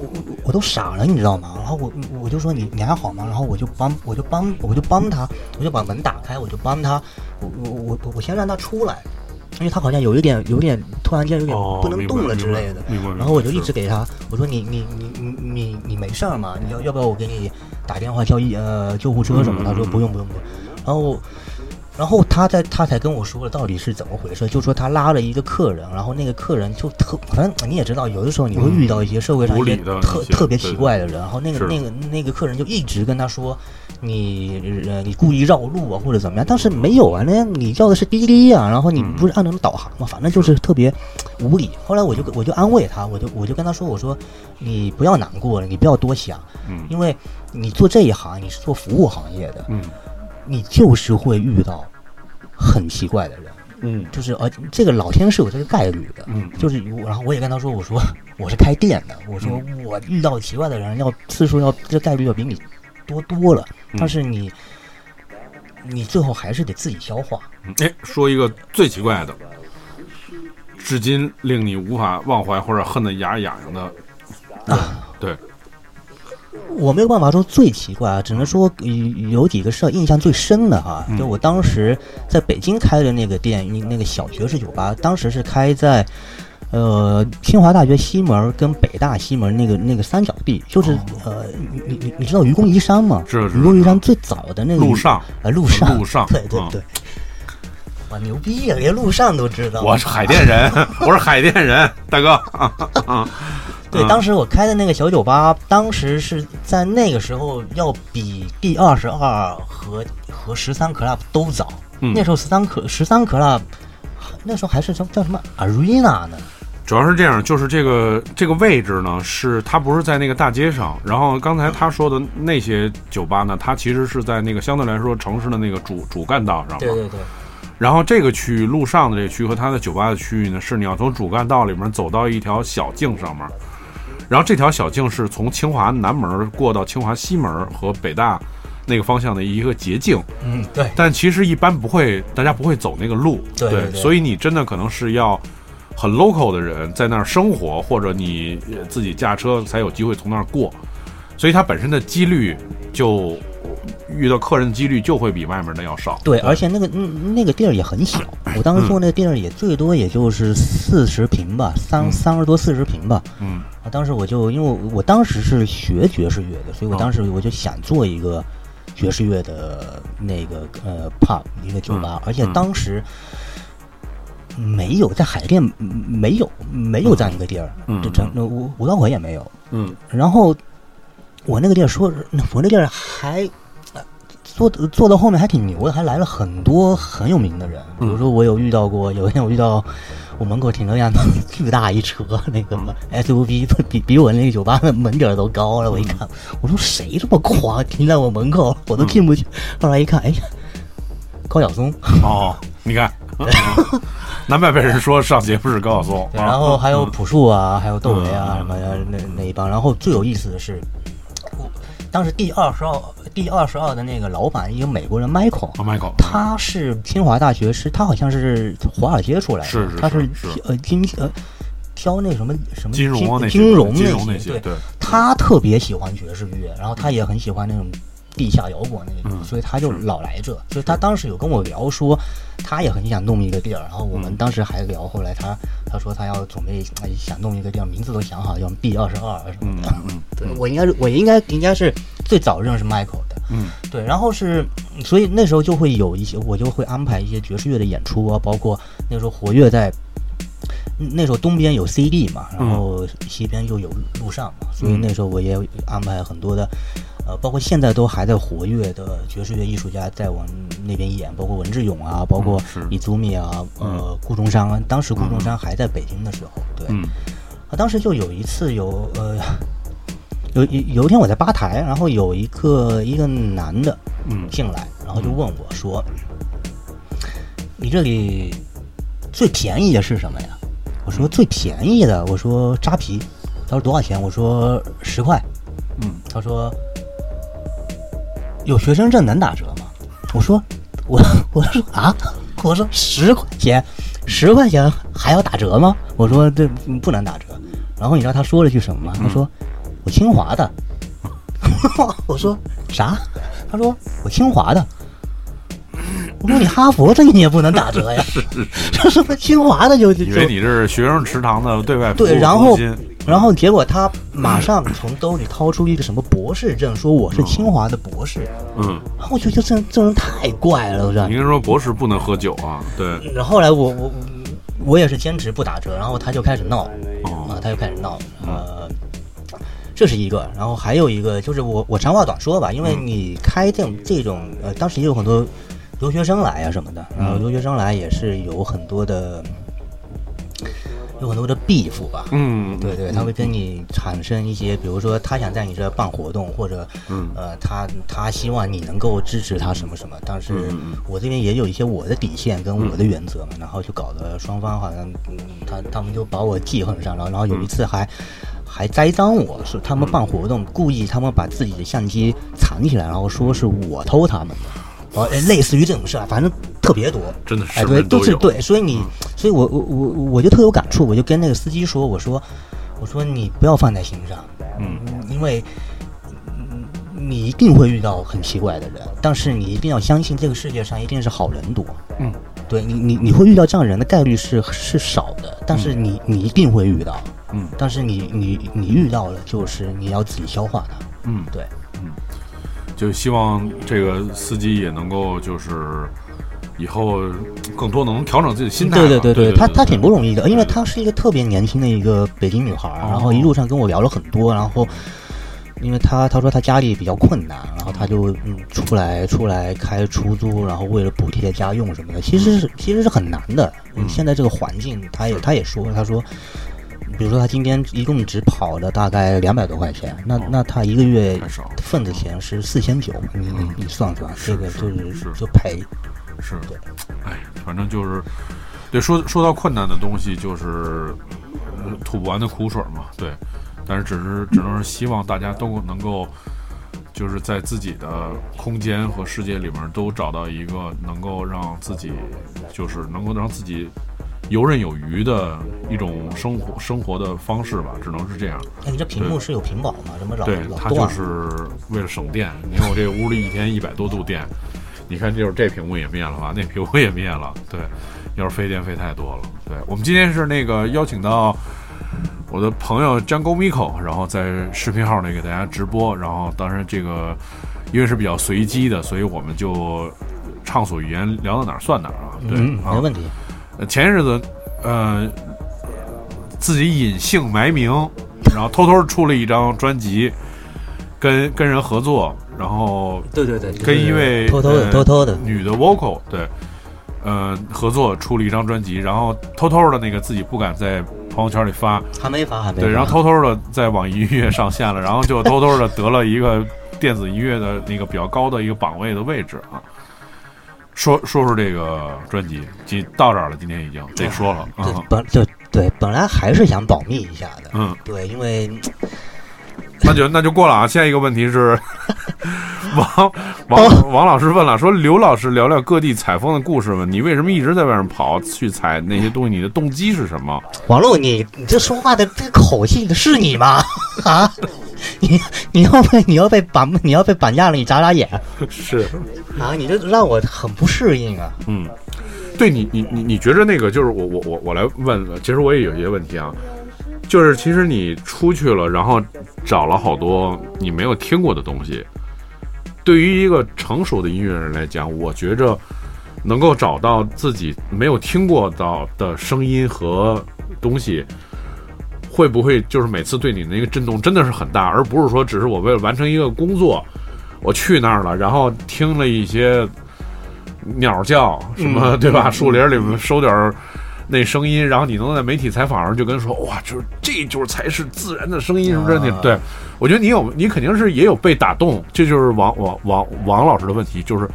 S1: 我我我都傻了，你知道吗？然后我我就说你你还好吗？然后我就帮我就帮我就帮他，我就把门打开，我就帮他，我我我我我先让他出来，因为他好像有一点有点突然间有点
S2: 哦
S1: 不能
S2: 明白
S1: 动了
S2: 明
S1: 之
S2: 白
S1: 类的
S2: 明白明，白
S1: 然后我就一
S2: 是
S1: 直给他我说你你你你你你没事儿吗？你要要不要我给你打电话叫一呃救护车什么？他
S2: 嗯
S1: 说不用不用不用，然后。然后他在他才跟我说了到底是怎么回事，就说他拉了一个客人，然后那个客人就特，反正你也知道，有的时候你会遇到一些社会上
S2: 无
S1: 一些
S2: 理的
S1: 特
S2: 一些
S1: 特别
S2: 对
S1: 奇
S2: 对
S1: 怪的人，然后那个
S2: 是
S1: 那个那个客人就一直跟他说你呃你故意绕路啊或者怎么样，但是没有啊，那你叫的是滴滴啊，然后你不是按照导航嘛，反正就是特别无理。后来我就我就安慰他，我就我就跟他说，我说你不要难过了，你不要多想，
S2: 嗯
S1: 因为你做这一行，你是做服务行业的，
S2: 嗯
S1: 你就是会遇到很奇怪的人。
S2: 嗯
S1: 就是呃，这个老天是有这个概率的，
S2: 嗯
S1: 就是我然后我也跟他说，我说我是开店的，我说
S2: 嗯
S1: 我遇到奇
S2: 嗯
S1: 怪的人要次数要这概率要比你多多了，但是你你最后还是得自己消化。
S2: 哎，说一个最奇怪的，至今令你无法忘怀或者恨得牙痒痒的
S1: 啊，
S2: 对，
S1: 我没有办法说最奇怪啊，只能说有有几个事儿印象最深的哈、
S2: 嗯
S1: 就我当时在北京开的那个店，那那个小学式酒吧，当时是开在。呃，清华大学西门儿跟北大西门儿那个那个三角地，就是、呃，你你你你知道愚公移山吗？
S2: 哦知道知道
S1: 愚公移山最早的那个
S2: 路上，
S1: 啊，路上，
S2: 路上
S1: 对对
S2: 嗯
S1: 对，哇，牛逼呀、连路上都知道。
S2: 我是海淀人，我是海淀人，大哥啊啊！
S1: 对，
S2: 嗯
S1: 当时我开的那个小酒吧，当时是在那个时候要比第二十二和和十三 club 都早。
S2: 嗯
S1: 那时候十三 club 十三 club，那时候还是叫叫什么 arena 呢？
S2: 主要是这样，就是这个这个位置呢，是它不是在那个大街上。然后刚才他说的那些酒吧呢，它其实是在那个相对来说城市的那个主主干道上嘛。
S1: 对对对，
S2: 然后这个区域路上的这个区和它的酒吧的区域呢，是你要从主干道里面走到一条小径上面，然后这条小径是从清华南门过到清华西门和北大那个方向的一个捷径，
S1: 嗯对，
S2: 但其实一般不会，大家不会走那个路，
S1: 对对对
S2: 所以你真的可能是要。很 local 的人在那儿生活，或者你呃自己驾车才有机会从那儿过，所以它本身的几率就遇到客人的几率就会比外面的要少。
S1: 对，而且那个嗯那个地儿也很小，我
S2: 嗯
S1: 当时做那个地儿也最多也就是四十平吧，三三十多四十平吧。
S2: 嗯，
S1: 啊，当时我就因为我我当时是学爵士乐的，所以我
S2: 哦
S1: 当时我就想做一个爵士乐的那个呃 pub 一个酒
S2: 嗯
S1: 吧，而且当时没有在海淀嗯没有没有这样一个地儿，
S2: 嗯
S1: 这整五五道口也没有，
S2: 嗯
S1: 然后我那个地儿说，那我那地儿还呃做做到后面还挺牛的，还来了很多很有名的人。比如说我有遇到过，有一天我遇到我门口停了辆巨大一车那个 SUV，比比我那个酒吧的门点儿都高了。我一看，我说谁这么狂停在我门口，我都进不去。后来一看，哎呀，高晓松，
S2: 哦，你看，难怪被人说上节不是高晓松。啊
S1: 对然后还
S2: 嗯
S1: 有朴树啊，还有窦唯啊什么的那那一帮。然后最有意思的是，我当时第二十二第二十二的那个老板，一个美国人 Michael，
S2: 啊，Michael，
S1: 他是清华大学，是他好像是华尔街出来的，
S2: 是是
S1: 他
S2: 是是
S1: 呃金呃挑那什么什么
S2: 金融啊那些
S1: 金融
S2: 金融那
S1: 那
S2: 些对
S1: 对，他特别喜欢爵士乐，然后他也很喜欢那种。地下摇滚那种，所以他就老来这，所以他当时有跟我聊说，他也很想弄一个地儿，然后我们当时还聊，后来他他说他要准备哎想弄一个地儿，名字都想好，叫 B 二十二什
S2: 嗯
S1: 么的。对，我应该是我应该应该是最早认识 Michael 的，
S2: 嗯，
S1: 对，然后是，所以那时候就会有一些，我就会安排一些爵士乐的演出啊，包括那时候活跃在，那时候东边有 CD 嘛，
S2: 嗯
S1: 然后西边又有路上嘛，所以那时候我也安排很多的，呃，包括现在都还在活跃的爵士乐艺术家在往那边演，包括文志勇啊，包括
S2: 嗯是
S1: 李祖米啊，呃，顾中山啊，当时顾中山还在北京的时候，对，
S2: 嗯
S1: 啊，当时就有一次有呃，有有有一天我在吧台，然后有一个一个男的
S2: 嗯
S1: 进来，然后就问我说：“你这里最便宜的是什么呀？”我说：“最便宜的，我说扎啤。”他说：“多少钱？”我说：“十块。”
S2: 嗯，
S1: 他说：“有学生证能打折吗？”我说：“我我说啊，我说十块钱，十块钱还要打折吗？”我说：“这嗯不能打折。”然后你知道他说了句什么吗？他说：“我清华的。” 我说：“啥？”他说：“我清华的。”我说：“你哈佛的你也不能打折呀？这什么清华的就就
S2: 以
S1: 就
S2: 为你是学生食堂的对外服务
S1: 对，然后
S2: 中心
S1: 然后结果他马上从兜里掏出一个什么博士证，说我是清华的博士。
S2: 嗯，
S1: 然后我觉得这这人太怪了，我
S2: 你
S1: 这。
S2: 跟说博士不能喝酒啊，对，
S1: 然后后来我我我我也是坚持不打折，然后他就开始闹，
S2: 哦
S1: 啊，他就开始闹，呃。这是一个，然后还有一个就是我我长话短说吧，因为你开这种这种呃，当时也有很多留学生来啊什么的，然后留学生来也是有很多的有很多的 beef 吧，
S2: 嗯，
S1: 对对，他会跟你产生一些，比如说他想在你这办活动，或者，
S2: 嗯
S1: 呃，他他希望你能够支持他什么什么。但
S2: 嗯
S1: 是我这边也有一些我的底线跟我的原则嘛，然后就搞得双方好像，嗯、他他们就把我记恨上了，然后有一次还。
S2: 嗯
S1: 还栽赃我是他们办活动，故意他们把自己的相机藏起来，然后说是我偷他们的。哦，哎类似于这种事啊，反正特别多，
S2: 真的是
S1: 哎，
S2: 什么
S1: 对，
S2: 人都
S1: 是
S2: 有嗯
S1: 对，所以你，所以我我我我就特有感触，我就跟那个司机说，我说我说你不要放在心上，嗯，因为嗯你一定会遇到很奇怪的人，但是你一定要相信这个世界上一定是好人多，
S2: 嗯，
S1: 对你你你会遇到这样的人的概率是是少的，但是你、你一定会遇到，
S2: 嗯，
S1: 但是你你你遇到了，就是你要自己消化它，
S2: 嗯，
S1: 对，
S2: 就希望这个司机也能够就是以后更多能调整自己的心态吧。啊
S1: 对对对
S2: 对
S1: 她她挺不容易的，因为她是一个特别年轻的一个北京女孩儿，
S2: 哦
S1: 然后一路上跟我聊了很多，然后。因为她她说她家里比较困难，然后她就嗯出来出来开出租，然后为了补贴家用什么的，其实是其实是很难的。
S2: 嗯
S1: 现在这个环境，她也她也说，她说，比如说她今天一共只跑了大概两百多块钱，那
S2: 哦
S1: 那她一个月
S2: 太少了嗯
S1: 份子钱是四千九，你你你算算，这个就是
S2: 是
S1: 就赔，
S2: 是
S1: 对，
S2: 哎，反正就是，对，说说到困难的东西，就是呃吐不完的苦水嘛，对。但是只是只能是希望大家都能够，就是在自己的空间和世界里面都找到一个能够让自己，就是能够让自己游刃有余的一种生活生活的方式吧，只能哎是这样。
S1: 那你这屏幕是有屏保吗？什么老
S2: 对，
S1: 老
S2: 它
S1: 断
S2: 就
S1: 了？
S2: 是为了省电。你看我这屋里一天一百多度电，你看就是这屏幕也灭了吧，那屏幕也灭了。对，要是费电费太多了。对我们今天是那个邀请到我的朋友 Django Miko，然后在视频号里给大家直播，然后当然这个因为是比较随机的，所以我们就畅所欲言，聊到哪儿算哪儿啊。对，
S1: 嗯，
S2: 啊
S1: 没问题。
S2: 呃前些日子，呃，自己隐姓埋名，然后偷偷出了一张专辑，跟跟人合作，然后
S4: 对对对，
S2: 跟一位
S1: 偷偷的
S2: 呃
S1: 偷偷的
S2: 女的 vocal 对，呃，合作出了一张专辑，然后偷偷的那个自己不敢在朋友圈里发，
S1: 还没发，还没发。
S2: 对，然后偷偷的在网易音乐上线了，然后就偷偷的得了一个电子音乐的那个比较高的一个榜位的位置啊。说说说这个专辑，今到这儿了，今天已经得说了，
S1: 对
S2: 嗯
S1: 本就对，本来还是想保密一下的，
S2: 嗯，
S1: 对，因为
S2: 那就那就过了啊。下一个问题是， 王王王老师问了，说刘老师聊聊各地采风的故事吧，你为什么一直在外面跑去采那些东西？你的动机是什么？
S1: 王璐，你你这说话的这口气是你吗？ 啊，你你要被你要被绑你要被绑架了，你眨眨眼
S2: 是，
S1: 啊，你这让我很不适应啊。
S2: 嗯，对你，你你你觉着那个就是我我我我来问了，其实我也有一些问题啊，就是其实你出去了，然后找了好多你没有听过的东西。对于一个成熟的音乐人来讲，我觉着能够找到自己没有听过到的声音和东西，会不会就是每次对你那个震动真的是很大，而不是说只是我为了完成一个工作，我去那儿了，然后听了一些鸟叫什么，对吧？树林里面收点儿那声音，然后你能在媒体采访上就跟说，哇，就是这就是才是自然的声音，什么之类的。
S1: 啊
S2: 对，我觉得你有，你肯定是也有被打动，这就是王王王王老师的问题，就是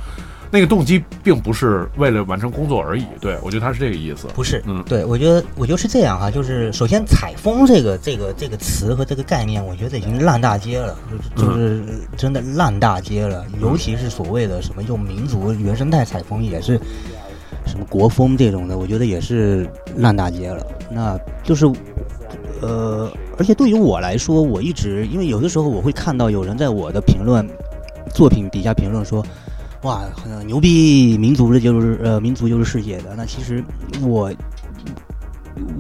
S2: 那个动机并不是为了完成工作而已。对我觉得他是这个意思。
S1: 不是，
S2: 嗯
S1: 对我觉得我觉得是这样哈、就是首先“采风”这个这个这个词和这个概念，我觉得已经烂大街了，就是就是呃真的烂大街了。尤其是所谓的什么用民族原生态采风，也是什么国风这种的，我觉得也是烂大街了。那就是呃，而且对于我来说，我一直因为有的时候我会看到有人在我的评论作品底下评论说。哇，很牛逼！民族的就是呃，民族就是世界的。那其实我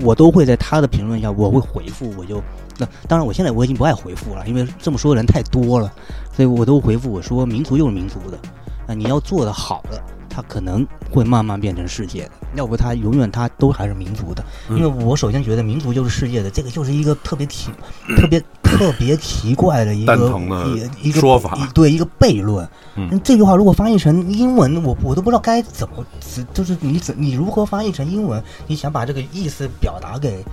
S1: 我都会在他的评论下，我会回复，我就那当然，我现在我已经不爱回复了，因为这么说的人太多了，所以我都回复我说，民族就是民族的，啊，你要做的好的，它可能会慢慢变成世界的，要不它永远它都还是民族的，因为我首先觉得民族就是世界的，这个就是一个特别奇、特别特别奇怪的一个
S2: 蛋疼的
S1: 一一个
S2: 说法
S1: 一对一个悖论。
S2: 嗯
S1: 这句话如果翻译成英文，我我都不知道该怎么，只就是你怎你如何翻译成英文？你想把这个意思表达给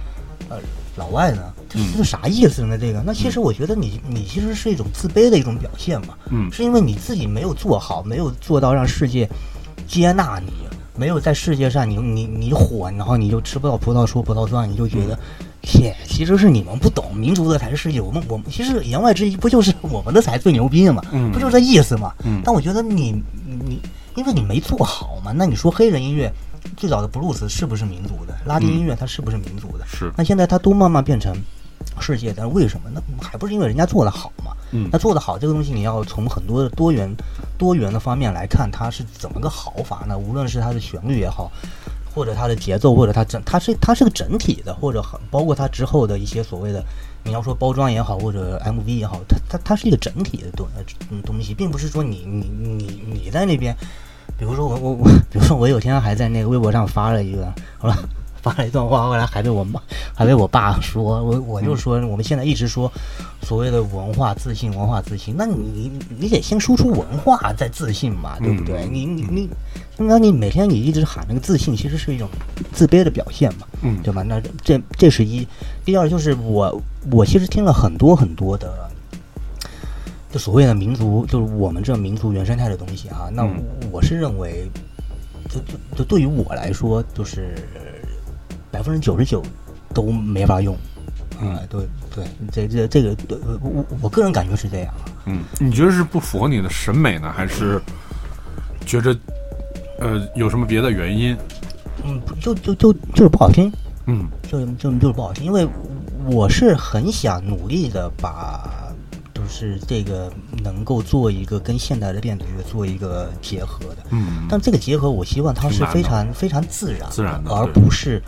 S1: 呃老外呢？
S2: 嗯
S1: 这是个啥意思呢？这个？那其实我觉得你你其实是一种自卑的一种表现嘛，
S2: 嗯
S1: 是因为你自己没有做好，没有做到让世界接纳你，没有在世界上你你你火，然后你就吃不到葡萄说葡萄酸，你就觉得。
S2: 嗯
S1: 切，其实是你们不懂，民族的才是世界。我们我们其实言外之意不就是我们的才最牛逼嘛？
S2: 嗯
S1: 不就这意思嘛？
S2: 嗯
S1: 但我觉得你你因为你没做好嘛。那你说黑人音乐最早的布鲁斯是不是民族的？拉丁音乐它是不是民族的？
S2: 是
S1: 那现在它都慢慢变成世界，但是为什么？那还不是因为人家做的好嘛？
S2: 嗯
S1: 那做的好这个东西，你要从很多的多元多元的方面来看，它是怎么个好法呢？无论是它的旋律也好。或者它的节奏，或者它整，它是它是个整体的，或者很包括它之后的一些所谓的，你要说包装也好，或者 MV 也好，它它它是一个整体的东嗯东西，并不是说你你你你在那边，比如说我我我，比如说我有天还在那个微博上发了一个，好了。发了一段话，后来还被我妈，还被我爸说，我我就说，我们现在一直说所谓的文化自信，文化自信，那你你得先输出文化，再自信嘛，对不对？你你你，那你每天你一直喊那个自信，其实是一种自卑的表现嘛，
S2: 嗯
S1: 对吧？那这这是一，第二就是我我其实听了很多很多的就所谓的民族，就是我们这民族原生态的东西啊。那
S2: 嗯
S1: 我是认为，就就就对于我来说，就是百分之九十九都没法用。啊、对对，这这这个，对我我我个人感觉是这样啊。
S2: 嗯，你觉得是不符合你的审美呢，还是觉着呃有什么别的原因？
S1: 嗯，就就就就是不好听，
S2: 嗯
S1: 就就就是不好听，因为我是很想努力的把，就是这个能够做一个跟现代的电子乐做一个结合的，
S2: 嗯
S1: 但这个结合我希望它是非
S2: 挺难
S1: 常非常自然的，
S2: 自然的
S1: 而
S2: 对
S1: 不是。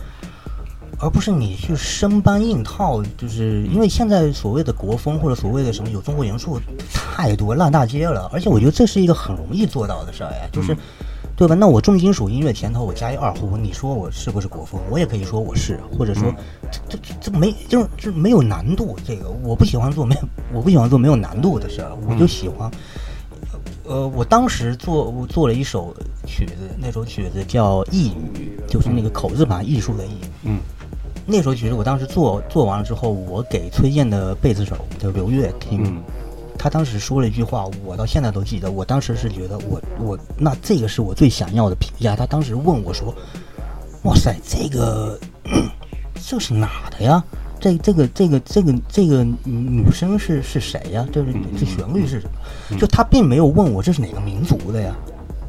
S1: 而不是你去生搬硬套，就是因为现在所谓的国风或者所谓的什么有中国元素太多烂大街了，而且我觉得这是一个很容易做到的事儿
S2: 嗯
S1: 哎，就是，对吧？那我重金属音乐前头我加一二胡，你说我是不是国风？我也可以说我是，或者
S2: 嗯
S1: 说这这这这没就是就是没有难度，这个我不喜欢做没 有我不喜欢做没有难度的事儿，我
S2: 嗯
S1: 就喜欢。呃，我当时做我做了一首曲子，那首曲子叫《艺语》，就是那个口字旁艺术的艺。
S2: 嗯
S1: 那首曲子我当时做做完了之后，我给崔健的贝斯手叫刘越听，
S2: 嗯
S1: 他当时说了一句话，我到现在都记得。我当时是觉得我我那这个是我最想要的评价。他当时问我说：“哇塞，这个 这是哪的呀？这这个这个这个这个女生是是谁呀？这是这旋律是什么？就他并没有问我这是哪个民族的呀，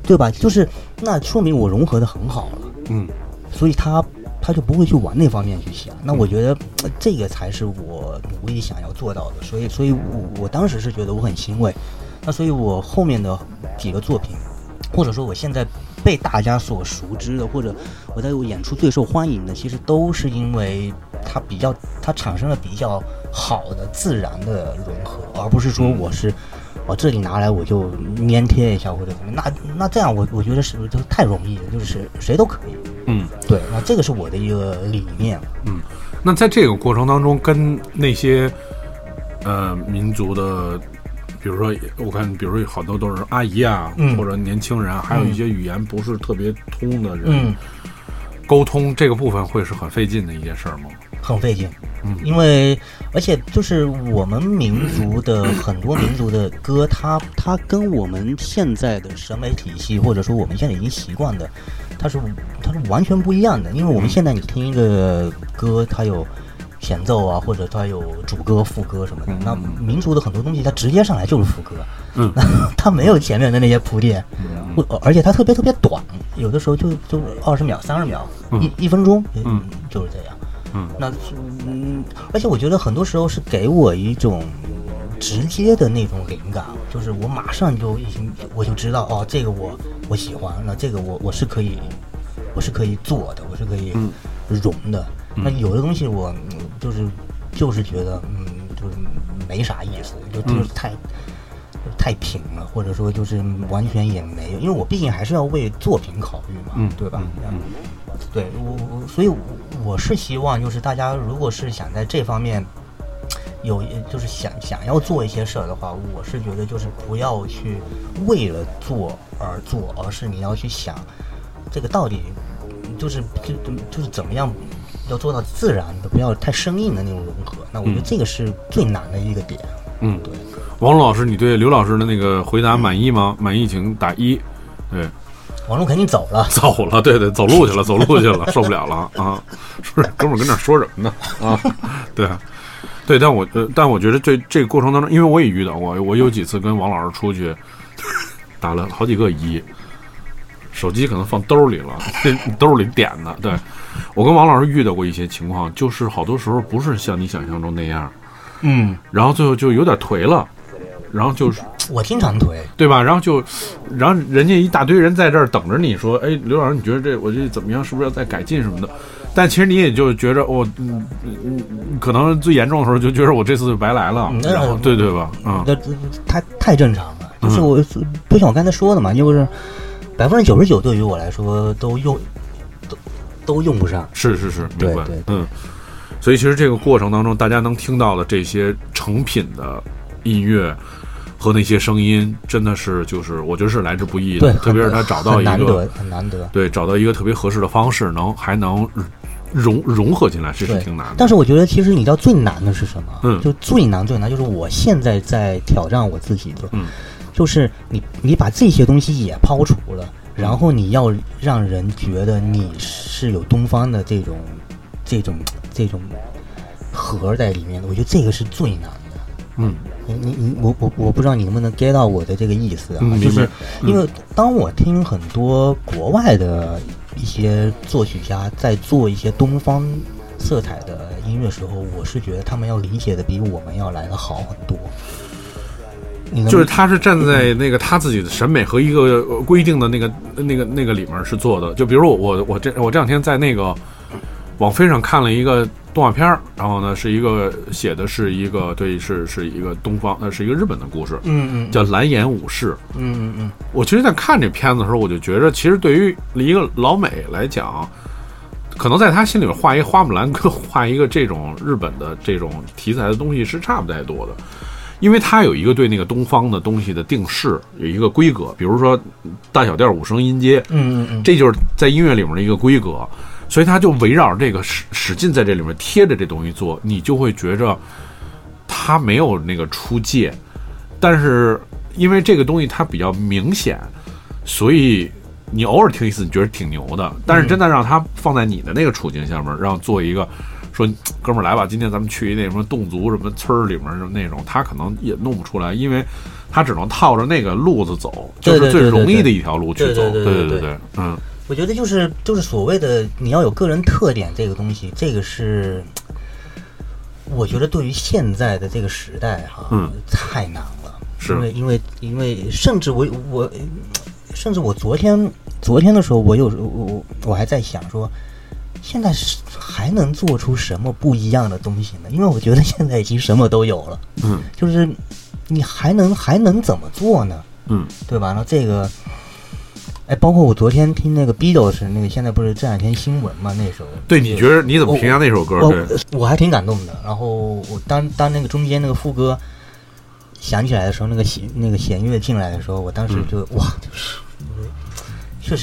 S1: 对吧？就是那说明我融合的很好了。”
S2: 嗯
S1: 所以他他就不会去往那方面去想。那我觉得、呃这个才是我努力想要做到的，所以所以我我当时是觉得我很欣慰。那所以我后面的几个作品，或者说我现在被大家所熟知的，或者我在我演出最受欢迎的，其实都是因为它比较它产生了比较好的自然的融合，而不是说我是。我这里拿来我就粘贴一下或者怎么，那那这样我我觉得是不是就太容易了？就是谁都可以，
S2: 嗯
S1: 对，那这个是我的一个理念。
S2: 嗯。那在这个过程当中，跟那些呃民族的，比如说我看，比如说有好多都是阿姨啊，
S1: 嗯
S2: 或者年轻人啊，还有一些语言不是特别通的人，
S1: 嗯，
S2: 沟通这个部分会是很费劲的一件事儿吗？
S1: 很费劲，
S2: 嗯
S1: 因为而且就是我们民族的很多民族的歌，它它跟我们现在的审美体系，或者说我们现在已经习惯的，它是它是完全不一样的。因为我们现在你听一个歌，它有。前奏啊，或者它有主歌、副歌什么的。那民族的很多东西，它直接上来就是副歌，
S2: 嗯，
S1: 它没有前面的那些铺垫，不而且它特别特别短，有的时候就就二十秒、三十秒，一一分钟，嗯，就是这样。
S2: 嗯，
S1: 那嗯，而且我觉得很多时候是给我一种直接的那种灵感，就是我马上就已经我就知道哦，这个我我喜欢，那这个我我是可以我是可以做的，我是可以融的。那有的东西我嗯就是就是觉得嗯，就是没啥意思，就就是太。太平了，或者说就是完全也没有，因为我毕竟还是要为作品考虑嘛，
S2: 嗯
S1: 对吧？对我我，所以我我是希望就是大家如果是想在这方面有就是想想要做一些事儿的话，我是觉得就是不要去为了做而做，而是你要去想这个到底就是就就就是怎么样要做到自然的，不要太生硬的那种融合。那我觉得这个是最难的一个点。
S2: 嗯，
S1: 对。
S2: 王璐老师，你对刘老师的那个回答满意吗？满意请打一。对，
S1: 王璐肯定走了，
S2: 走了，对对，走路去了，走路去了，受不了了啊！说哥们儿跟那儿说什么呢？啊，对啊，对，但我呃，但我觉得这这个过程当中，因为我也遇到过，我有几次跟王老师出去打了好几个一，手机可能放兜里了，这兜里点的。对我跟王老师遇到过一些情况，就是好多时候不是像你想象中那样，
S4: 嗯，
S2: 然后最后就有点颓了，然后就是
S1: 我经常推，
S2: 对吧？然后就，然后人家一大堆人在这儿等着你说，哎，刘老师，你觉得这我这怎么样？是不是要再改进什么的？但其实你也就觉着，我、嗯嗯嗯，可能最严重的时候就觉得我这次就白来了
S1: 嗯，那
S2: 然后对对吧？嗯
S1: 那太太正常了。就是我，就像我刚才说的嘛，就是百分之九十九对于我来说都用都都用不上。
S2: 是是是，
S1: 对
S2: 明白
S1: 对对，
S2: 嗯。所以其实这个过程当中，大家能听到的这些成品的音乐和那些声音，真的是就是我觉得是来之不易
S1: 对
S2: 的，，特别是他找到
S1: 很
S2: 一
S1: 难
S2: 个
S1: 得，很难得。
S2: 对找到一个特别合适的方式，能还能融融合进来，这是
S1: 对
S2: 挺难的。
S1: 但是我觉得，其实你知道最难的是什么？
S2: 嗯
S1: 就最难最难就是我现在在挑战我自己的，
S2: 嗯
S1: 就是你你把这些东西也抛除了，然后你要让人觉得你是有东方的这种这种这种核在里面的，我觉得这个是最难的。
S2: 嗯
S1: 你你你，我我我不知道你能不能 get 到我的这个意思啊，
S2: 嗯
S1: 就
S2: 明
S1: 是
S2: 白
S1: 因为当我听很多国外的一些作曲家在做一些东方色彩的音乐时候，我是觉得他们要理解的比我们要来的好很多。你能
S2: 就是他是站在那个他自己的审美和一个呃规定的那个那个那个里面是做的。就比如我我我这我这两天在那个网飞上看了一个动画片儿，然后呢是一个写的是一个对是是一个东方呃是一个日本的故事，
S1: 嗯嗯
S2: 叫《蓝眼武士》。
S1: 嗯嗯嗯，
S2: 我其实，在看这片子的时候，我就觉着，其实对于一个老美来讲，可能在他心里边画一个花木兰跟 画一个这种日本的这种题材的东西是差不太多的，因为他有一个对那个东方的东西的定式，有一个规格，比如说大小调、五声音阶，
S1: 嗯嗯嗯，
S2: 这就是在音乐里面的一个规格，所以他就围绕着这个使使劲在这里面贴着这东西做，你就会觉着他没有那个出界，但是因为这个东西它比较明显，所以你偶尔听一次你觉得挺牛的，
S1: 嗯
S2: 但是真的让他放在你的那个处境下面，让做一个。说哥们儿来吧，今天咱们去一那什么侗族什么村儿里面什么那种，他可能也弄不出来，因为他只能套着那个路子走，
S1: 对
S2: 就是
S1: 对
S2: 最
S1: 对对
S2: 容易
S1: 对
S2: 的一条路去
S1: 对
S2: 走。
S1: 对对
S2: 对
S1: 对对
S2: 对，嗯。
S1: 我觉得就是就是所谓的你要有个人特点这个东西，这个是我觉得对于现在的这个时代哈、
S2: 嗯
S1: 太难了。
S2: 是
S1: 因为因为因为甚至我我甚至我昨天昨天的时候，我有我我我还在想说。现在是还能做出什么不一样的东西呢？因为我觉得现在已经什么都有了，
S2: 嗯
S1: 就是你还能还能怎么做呢？
S2: 嗯
S1: 对吧？那这个，哎，包括我昨天听那个 Beatles 那个，现在不是这两天新闻嘛？那首，
S2: 对，你觉得你怎么评价那首歌？
S1: 我
S2: 对，
S1: 我还挺感动的。然后我当当那个中间那个副歌响起来的时候，那个弦那个弦乐进来的时候，我当时就、哇，确实
S2: 嗯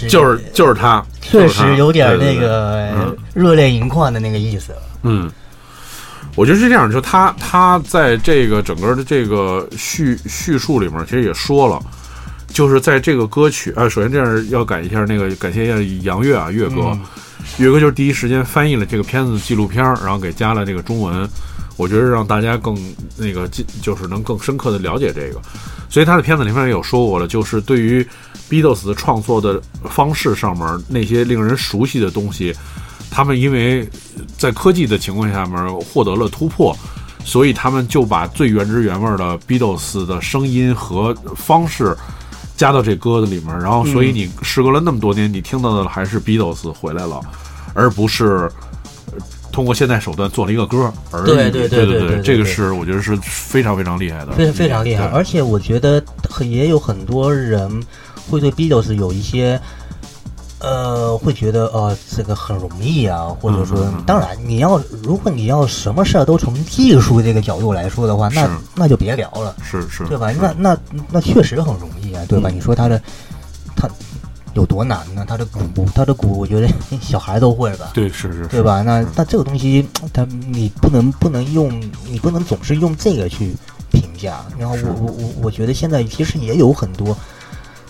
S2: 就是就是他，
S1: 确
S2: 就是他
S1: 实有点那
S2: 对嗯对对
S1: 个热泪盈眶的那个意思了。
S2: 嗯，我觉得是这样，就他他在这个整个的这个叙叙述里面，其实也说了，就是在这个歌曲，啊，首先这样要感一下那个感谢一下杨越啊，越哥，越哥就是第一时间翻译了这个片子纪录片儿，然后给加了这个中文，我觉得让大家更那个进就是能更深刻的了解这个，所以他的片子里面也有说过了，就是对于 Beatles 的创作的方式上面那些令人熟悉的东西。他们因为在科技的情况下面获得了突破，所以他们就把最原汁原味的 Beatles 的声音和方式加到这歌的里面，然后所以你时隔了那么多年，你听到的还是 Beatles 回来了，而不是。呃通过现代手段做了一个歌而已，
S1: 对对对
S2: 对对
S1: 对对对
S2: 这个是我觉得是非常非常厉害的，
S1: 非非常厉害，
S2: 嗯对
S1: 而且我觉得很也有很多人会对 Beatles 有一些，呃，会觉得呃这个很容易啊，或者
S2: 嗯
S1: 说，当然你要如果你要什么事儿都从技术这个角度来说的话，那
S2: 是
S1: 那就别聊了，
S2: 是是，
S1: 对吧？
S2: 是嗯
S1: 那那那确实很容易啊，对吧？你说他的他有多难呢？他的鼓，他的鼓，我觉得 小孩都会吧。
S2: 对是是，是
S1: 对？吧？那那这个东西，它你不能不能用，你不能总是用这个去评价。然后我我我我觉得现在其实也有很多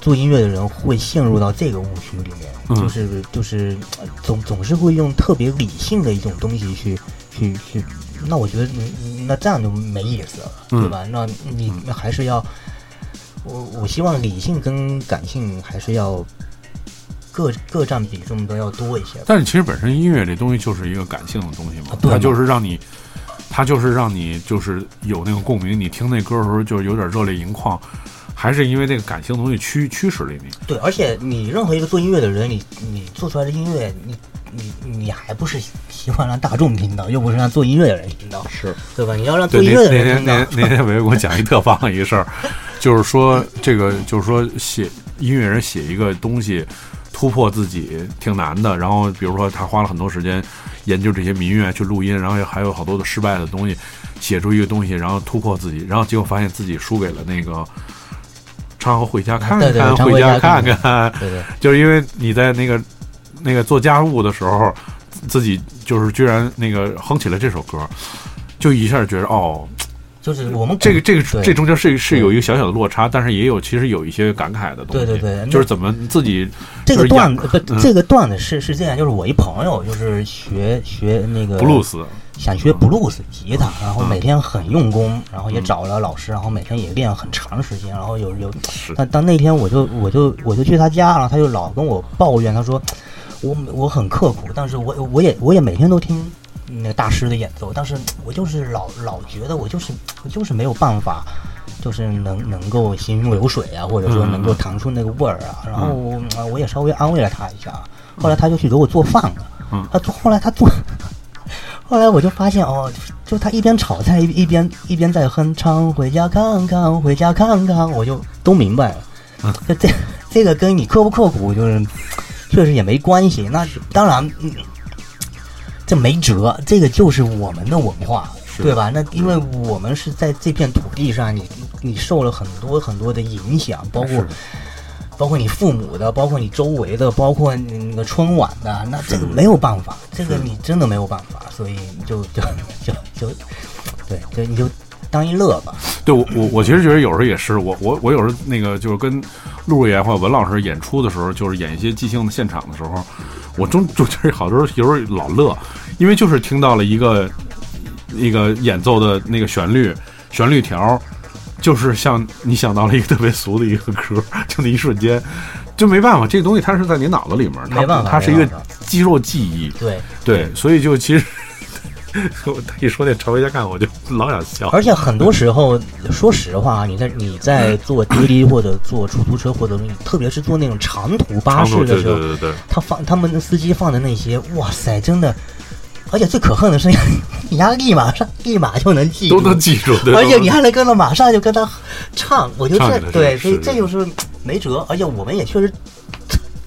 S1: 做音乐的人会陷入到这个误区里面，
S2: 嗯
S1: 就是就是呃总总是会用特别理性的一种东西去去去。那我觉得嗯那这样就没意思了，
S2: 嗯
S1: 对吧？那你那还是要。我我希望理性跟感性还是要
S4: 各各占比重都要多一些吧。
S2: 但是其实本身音乐这东西就是一个感性的东西嘛
S4: 啊，对
S2: 它就是让你，它就是让你就是有那个共鸣，你听那歌的时候就有点热泪盈眶，还是因为那个感性的东西驱驱使了你。
S1: 对，而且你任何一个做音乐的人，你你做出来的音乐，你你你还不是希望让大众听到，又不是让做音乐的人听到，
S2: 是
S1: 对吧？你要让做
S2: 对，
S1: 音
S2: 那
S1: 乐的
S2: 那
S1: 人
S2: 天
S1: 听到
S2: 那，天那天伟给我讲一特棒的一个事儿，就是说这个就是说写音乐人写一个东西突破自己挺难的，然后比如说他花了很多时间研究这些民乐去录音，然后还有好多的失败的东西，写出一个东西，然后突破自己，然后结果发现自己输给了那个。昌河回家看
S1: 啊对对
S2: 看，
S1: 昌
S2: 回
S1: 河
S2: 家
S1: 回家
S2: 看看，
S1: 对对
S2: 就是因为你在那个那个做家务的时候，自己就是居然那个哼起了这首歌，就一下觉得哦，
S1: 就是我们
S2: 这个这个
S1: 嗯对
S2: 这中间是是有一个小小的落差，但是也有其实有一些感慨的东西。
S1: 对对对
S2: 就是怎么自己
S1: 这
S2: 就是
S1: 个段
S2: 养
S1: 子不
S2: 嗯，
S1: 这个段子是是这样，就是我一朋友就是学学那个
S2: 布鲁斯，
S1: 想学布鲁斯吉他，然后每天很用功，然后也
S2: 嗯
S1: 找了老师，然后每天也练很长时间，然后有有
S2: 是，
S1: 但但那天我就我就我就去他家了，他就老跟我抱怨，他说我我很刻苦，但是我我也我也每天都听那个大师的演奏，但是我就是老老觉得我就是我就是没有办法。就是能能够行云流水啊，或者说能够弹出那个味儿啊，然后我我也稍微安慰了他一下，后来他就去给我做饭了，
S2: 嗯
S1: 他做后来他做，后来我就发现哦，就他一边炒菜一一边一边在哼唱“回家看看，回家看看”，我就都明白了。这这这个跟你刻不刻苦就是确实也没关系。那当然，嗯这没辙，这个就是我们的文化，
S2: 是
S1: 对吧？那因为我们是在这片土地上，你你受了很多很多的影响，包括
S2: 是
S1: 包括你父母的，包括你周围的，包括你那个春晚的，那这个没有办法，这个你真的没有办法，所以就就
S2: 嗯
S1: 就 就对，就你就当一乐吧。
S2: 对我我我其实觉得有时候也是，我我我有时候那个就是跟陆瑞岩或者文老师演出的时候，就是演一些即兴的现场的时候，我中中间好多时候有时候老乐，因为就是听到了一个一个演奏的那个旋律旋律条，就是像你想到了一个特别俗的一个歌，就那一瞬间。就没办法，这个东西它是在你脑子里面，它
S1: 没办法
S2: 它是一个
S1: 没办法
S2: 肌肉记忆，
S1: 对，
S2: 对，所以就其实 我一说那《朝回家看》，我就老想笑。
S1: 而且很多时候，说实话啊，你在你在坐滴 滴或者坐出租车，或者你特别是坐那种长途巴
S2: 长
S1: 士
S2: 途
S1: 的
S2: 对
S1: 时
S2: 对
S1: 候，
S2: 对对，
S1: 他放他们的司机放的那些，哇塞，真的，而且最可恨的是， 你丫立马上立马就能记
S2: 都
S1: 住，
S2: 能记住，对
S1: 而且
S2: 都能
S1: 哎你还能跟他马上就跟他唱，我觉得
S2: 唱
S1: 这
S2: 起来
S1: 对，
S2: 是
S1: 所以
S2: 是
S1: 这就是没辙，而且我们也确实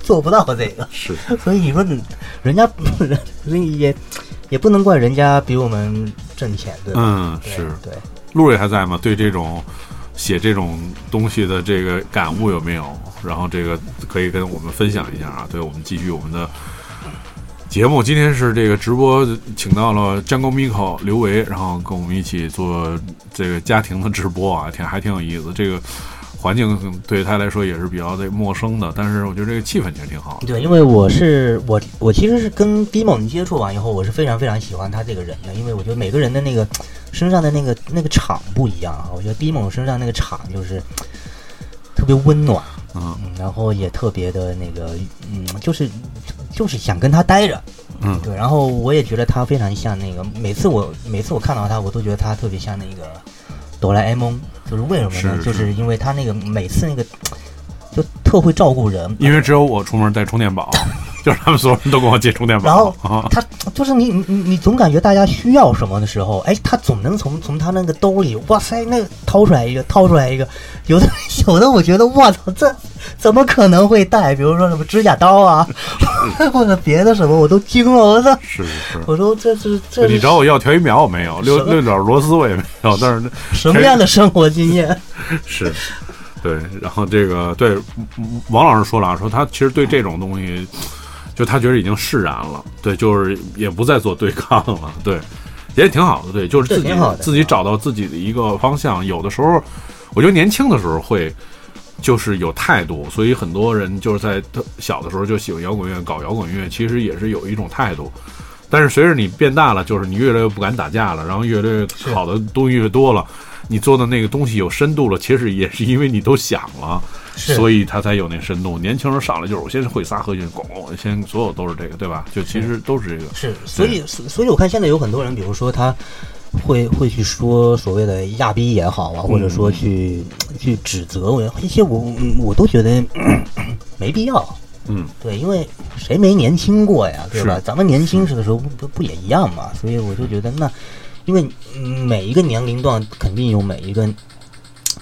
S1: 做不到这个。
S2: 是
S1: 所以你说你，人家人人也也不能怪人家比我们挣钱，对吧？
S2: 嗯
S1: 对
S2: 是。
S1: 对，
S2: 陆瑞还在吗？对这种写这种东西的这个感悟有没有？然后这个可以跟我们分享一下啊。对，我们继续我们的。节目今天是这个直播，请到了 Django Miko 刘维，然后跟我们一起做这个家庭的直播啊，挺还挺有意思。这个环境对他来说也是比较的陌生的，但是我觉得这个气氛其实挺好的。
S1: 对，因为我是我我其实是跟 d i m o n 接触完以后，我是非常非常喜欢他这个人的，因为我觉得每个人的那个身上的那个那个场不一样啊，我觉得 d i m o n 身上那个场就是特别温暖，
S2: 嗯
S1: 嗯，然后也特别的那个，嗯，就是就是想跟他待着，
S2: 嗯
S1: 对，然后我也觉得他非常像那个，每次我每次我看到他，我都觉得他特别像那个哆啦 A 梦，就是为什么呢？
S2: 是
S1: 就是是因为他那个每次那个就特会照顾人，
S2: 因为只有我出门带充电 宝，就是他们所有人都跟我借充电宝。
S1: 然后
S2: 啊，
S1: 他就是你你你你总感觉大家需要什么的时候，哎，他总能从从他那个兜里，哇塞，那个掏出来一个，掏出来一个，有的 有的我觉得，我操，这怎么可能会带？比如说什么指甲刀啊，或者别的什么，我都惊了，我说
S2: 是是
S1: 我说这是
S2: 是，
S1: 这
S2: 你
S1: 是
S2: 找我要调音苗我没有，六
S1: 什么
S2: 六角螺丝我也没有，但是
S1: 什么样的生活经验？
S2: 是，对，然后这个对嗯王老师说了啊，说他其实对这种东西，就他觉得已经释然了，对，就是也不再做对抗了，对，也挺好的，对，就是自己
S1: 对挺好的
S2: 自己找到自己的一个方向。有的时候，我觉得年轻的时候会。就是有态度，所以很多人就是在特小的时候就喜欢摇滚乐，搞摇滚乐，其实也是有一种态度。但是随着你变大了，就是你越来越不敢打架了，然后越来越好的东西越多了，你做的那个东西有深度了，其实也是因为你都想了，
S1: 是
S2: 所以它才有那深度。年轻人上来就是我先是会撒和弦，咣，我先所有都是这个，对吧？就其实都是这个，
S1: 是，所以所所以我看现在有很多人，比如说他会会去说所谓的亚逼也好啊，或者
S2: 嗯
S1: 说去、去指责我一些我嗯我都觉得 嗯没必要。
S2: 嗯，
S1: 对，因为谁没年轻过呀，对吧
S2: 是？
S1: 咱们年轻时的时候不不不也一样嘛？所以我就觉得那，因为嗯每一个年龄段肯定有每一个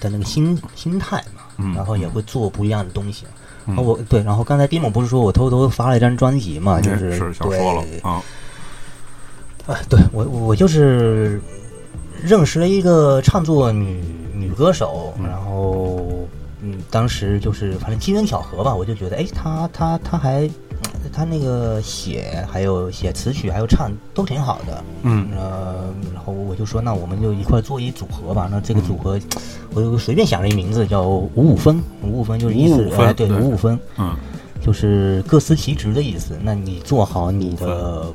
S1: 的那个心心态
S2: 嗯
S1: 嘛，然后也会做不一样的东西。然后我对，然后刚才 Dimo 不是说我偷偷发了一张专辑嘛，就
S2: 哎
S1: 是
S2: 是想说了
S1: 对
S2: 啊，
S1: 啊，对我我就是认识了一个唱作女女歌手，然后嗯，当时就是反正机缘巧合吧，我就觉得哎，她她她还她那个写还有写词曲还有唱都挺好的，
S2: 嗯
S1: 呃，然后我就说那我们就一块儿做一组合吧，那这个组合、我就随便想了一名字叫五五分，五五分就是意思
S2: 五五分
S1: 哎对
S2: 对
S1: 五五分
S2: 嗯，
S1: 就是各司其职的意思。那你做好你的，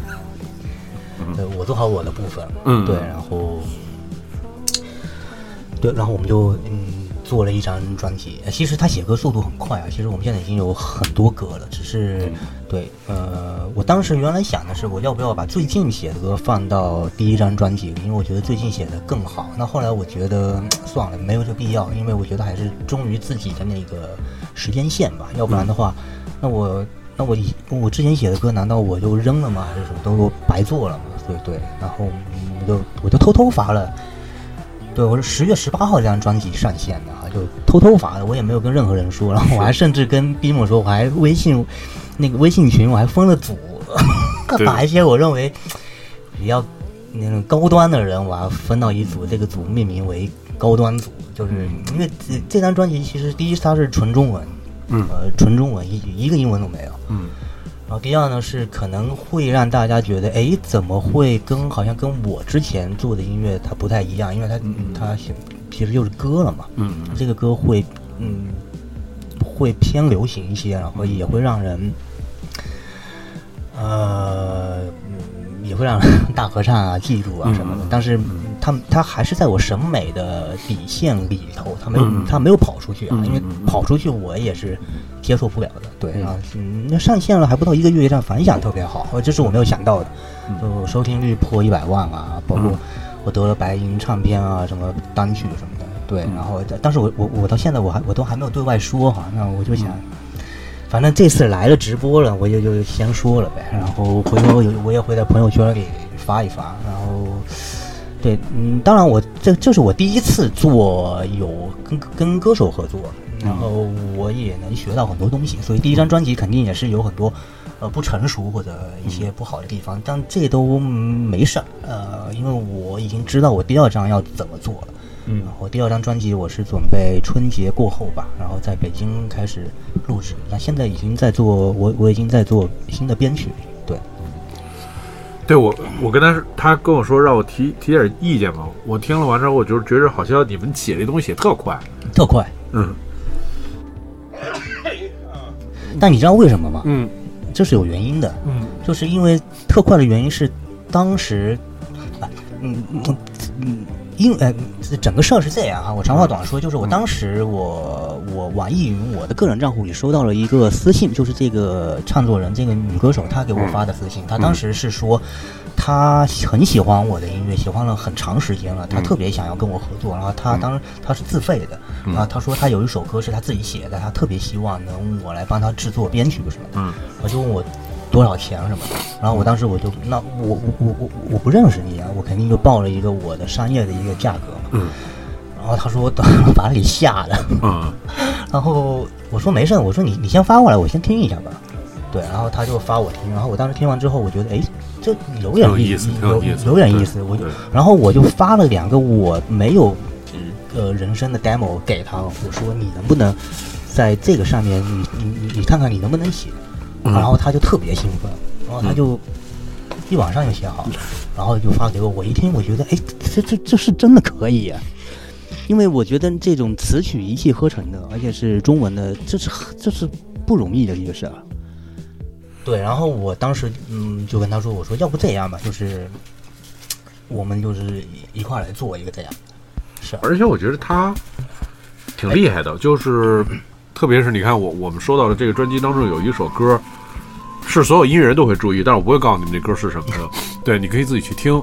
S1: 对我做好我的部分，
S2: 嗯
S1: 对，然后，对，然后我们就嗯做了一张专辑。呃其实他写歌速度很快啊，其实我们现在已经有很多歌了，只是、对，呃，我当时原来想的是我要不要把最近写的歌放到第一张专辑里，因为我觉得最近写的更好。那后来我觉得嗯算了，没有这必要，因为我觉得还是忠于自己的那个时间线吧，要不然的话，那我。那我以我之前写的歌，难道我就扔了吗？还是什么都白做了吗？对对，然后嗯我就我就偷偷发了，对我是十月十八号这张专辑上线的啊，就偷偷发的，我也没有跟任何人说，然后我还甚至跟 b i m 说，我还微信那个微信群我还分了组， 把一些我认为比较那种高端的人，我还分到一组，这个组命名为高端组，就是因为这这张专辑其实第一它是纯中文，
S2: 嗯
S1: 呃，纯中文一一个英文都没有，
S2: 嗯
S1: 然后啊第二呢是可能会让大家觉得，哎，怎么会跟好像跟我之前做的音乐它不太一样？因为它、它其其实就是歌了嘛，
S2: 嗯
S1: 这个歌会嗯会偏流行一些，然后也会让人呃嗯也会让人 大合唱啊记住啊什么的。但是它它还是在我审美的底线里头，它没有它没有跑出去啊，因为跑出去我也是接受不了的。对啊，嗯那上线了还不到一个月，这样反响特别好，这是我没有想到的，就收听率破一百万啊，包括。我得了白银唱片啊，什么单曲什么的，对。然后，但是我我我到现在我还我都还没有对外说哈，那我就想，反正这次来了直播了，我就就先说了呗，然后回头有我也会在朋友圈里发一发，然后。对，嗯，当然我这这是我第一次做有跟跟歌手合作，然后我也能学到很多东西，所以第一张专辑肯定也是有很多呃不成熟或者一些不好的地方，但这都没事儿，呃，因为我已经知道我第二张要怎么做了。嗯，我第二张专辑我是准备春节过后吧，然后在北京开始录制。那现在已经在做，我我已经在做新的编曲，对，
S2: 对我，我跟他他跟我说让我提提点意见嘛，我听了完之后，我就是觉着好像你们写这东西写特快，
S1: 特快。
S2: 嗯
S1: 但你知道为什么吗？
S2: 嗯
S1: 这是有原因的，
S2: 嗯
S1: 就是因为特快的原因是当时，啊嗯嗯嗯，因呃整个事儿是这样啊，我长话短说，就是我当时我我网易云我的个人账户里收到了一个私信，就是这个唱作人这个女歌手她给我发的私信，她当时是说。她很喜欢我的音乐，喜欢了很长时间了。她特别想要跟我合作，然后她当她是自费的，然后她说她有一首歌是她自己写的，她特别希望能我来帮她制作编曲什么的。
S2: 嗯，
S1: 我就问我多少钱什么的，然后我当时我就那我我我我我不认识你啊，我肯定就报了一个我的商业的一个价格嘛。
S2: 嗯。
S1: 然后他说我把你吓的，
S2: 嗯
S1: 然后我说没事，我说你你先发过来，我先听一下吧。对，然后他就发我听，然后我当时听完之后，我觉得哎，这有点
S2: 有意思挺有
S1: 有
S2: 意思
S1: 有点
S2: 对
S1: 意思。我就
S2: 对
S1: 然后我就发了两个我没有呃人声的 demo 给他，我说你能不能在这个上面你你你你看看你能不能写，
S2: 嗯
S1: 然后他就特别兴奋，然后他就一晚上就写好了，然后就发给我，我一听我觉得哎这这这是真的可以啊。因为我觉得这种词曲一气呵成的，而且是中文的，这是这是不容易的一个事儿。啊对，然后我当时嗯就跟他说，我说要不这样吧，就是我们就是一块儿来做一个这样。
S2: 而且我觉得他挺厉害的，就是特别是你看我我们说到的这个专辑当中有一首歌，是所有音乐人都会注意，但是我不会告诉你们这歌是什么的，对，你可以自己去听。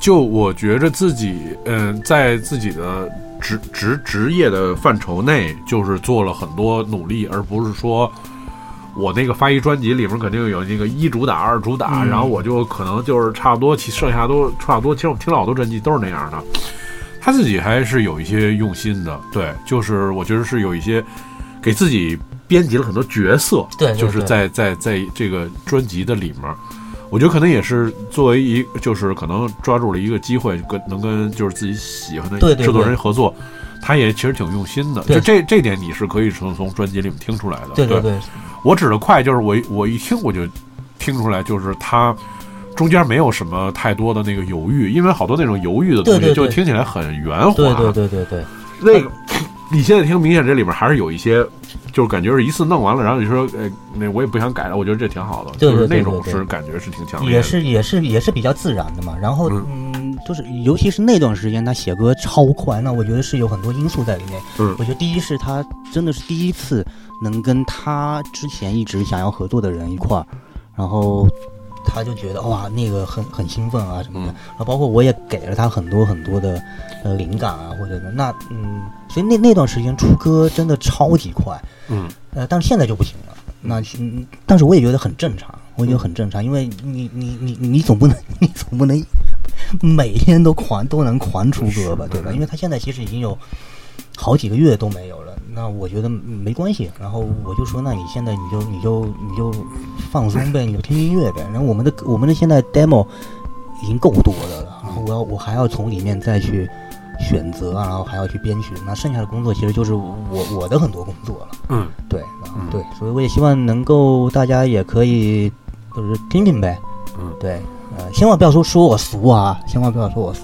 S2: 就我觉着自己，嗯、在自己的职职职业的范畴内，就是做了很多努力，而不是说我那个发一专辑里面肯定有那个一主打、二主
S1: 嗯
S2: 打，然后我就可能就是差不多，其剩下都差不多。其实我听了好多专辑都是那样的，他自己还是有一些用心的，对，就是我觉得是有一些给自己编辑了很多角色，
S1: 对对
S2: 就是
S1: 对
S2: 在在在这个专辑的里面，我觉得可能也是作为一，就是可能抓住了一个机会，跟能跟就是自己喜欢的
S1: 对对对
S2: 制作人合作，他也其实挺用心的，
S1: 对
S2: 就这这点你是可以从从专辑里面听出来的，
S1: 对对对，
S2: 我指的快就是我一我一听我就听出来，就是他中间没有什么太多的那个犹豫，因为好多那种犹豫的东
S1: 对
S2: 西
S1: 对对
S2: 就听起来很圆滑。
S1: 对对对对对，
S2: 那个你现在听，明显这里面还是有一些，就是感觉是一次弄完了，然后你说，呃，那我也不想改了，我觉得这挺好的，
S1: 对对对
S2: 就是那种
S1: 对对
S2: 是感觉是挺强烈
S1: 也
S2: 的。
S1: 是也是也是比较自然的嘛。然后嗯，就是尤其是那段时间他写歌超快，那我觉得是有很多因素在里面。
S2: 嗯
S1: 我觉得第一是他真的是第一次能跟他之前一直想要合作的人一块儿，然后他就觉得哇那个很很兴奋啊什么的。
S2: 嗯
S1: 然后包括我也给了他很多很多的呃灵感啊或者的那嗯，所以那那段时间出歌真的超级快。
S2: 嗯
S1: 呃，但是现在就不行了。那嗯，但是我也觉得很正常，我觉得很正常，因为你你你你总不能你总不能每天都狂都能狂出歌吧，对吧？因为他现在其实已经有好几个月都没有了，那我觉得没关系。然后我就说，那你现在你就你就你就放松呗，你就听音乐呗。然后我们的我们的现在 demo 已经够多的了，然后我要我还要从里面再去选择啊，然后还要去编曲，那剩下的工作其实就是我我的很多工作了。
S2: 嗯，
S1: 对，啊
S2: 嗯
S1: 对，所以我也希望能够大家也可以就是听听呗，
S2: 嗯
S1: 对，呃，千万不要说说我俗啊，千万不要说我俗，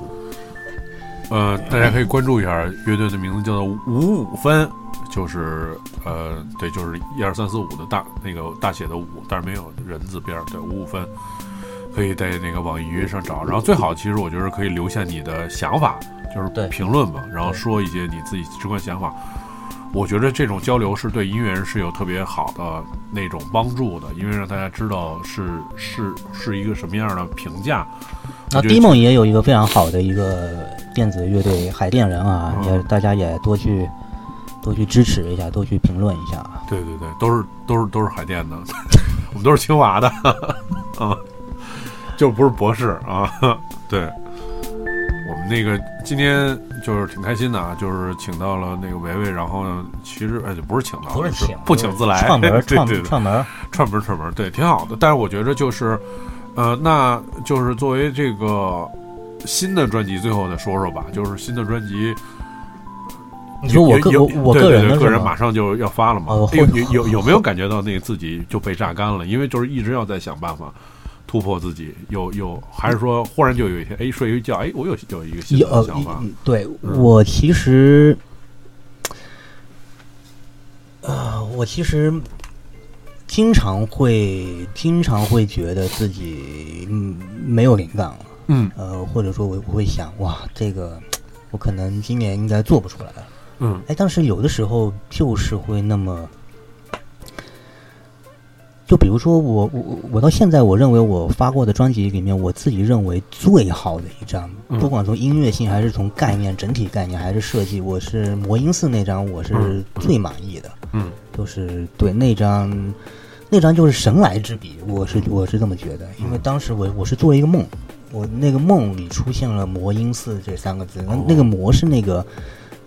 S2: 呃，大家可以关注一下乐队的名字叫做五五分，就是呃，对，就是一二三四五的大那个大写的五，但是没有人字边儿，对，五五分。可以在那个网易云上找，然后最好其实我觉得可以留下你的想法，就是
S1: 对
S2: 评论吧，然后说一些你自己直观想法。我觉得这种交流是对音乐人是有特别好的那种帮助的，因为让大家知道是是是一个什么样的评价，
S1: 那
S2: 我觉得
S1: Demon 也有一个非常好的一个电子乐队海淀人啊，
S2: 嗯
S1: 也大家也多去多去支持一下，多去评论一下啊，
S2: 对对对，都是都是都是海淀的，我们都是清华的，啊，就不是博士啊。对，我们那个今天就是挺开心的啊，就是请到了那个维维，然后呢，其实哎，不是请到，
S1: 不是请
S2: 不请自来，
S1: 串门儿
S2: 对
S1: 串
S2: 对
S1: 门儿
S2: 对
S1: 串门儿，
S2: 串门儿串门儿，对，挺好的。但是我觉着就是，呃，那就是作为这个新的专辑，最后再说说吧，就是新的专辑。
S1: 你说我个
S2: 有
S1: 我
S2: 有
S1: 我
S2: 对
S1: 个人
S2: 对
S1: 的
S2: 对
S1: 是
S2: 个人
S1: 吗
S2: 马上就要发了嘛
S1: 哦，
S2: 哎呦
S1: 后
S2: 有有有没有感觉到那个自己就被榨干了？因为就是一直要在想办法突破自己，有有还是说忽然就有一天，哎，睡一觉，哎，我有有一个新
S1: 有
S2: 的
S1: 呃
S2: 想法，
S1: 一对我其实，呃，我其实经常会经常会觉得自己嗯没有灵感了，
S2: 嗯
S1: 呃，或者说我我会想哇，这个我可能今年应该做不出来了。
S2: 嗯
S1: 哎，但是有的时候就是会那么，就比如说我我我我到现在我认为我发过的专辑里面，我自己认为最好的一张，
S2: 嗯
S1: 不管从音乐性还是从概念整体概念还是设计，我是魔音寺那张我是
S2: 嗯
S1: 最满意的，
S2: 嗯
S1: 就是对那张。那张就是神来之笔，我是我是这么觉得，因为
S2: 嗯
S1: 当时我我是做一个梦，我那个梦里出现了“魔音寺”这三个字，那
S2: 哦
S1: 那个“魔”是那个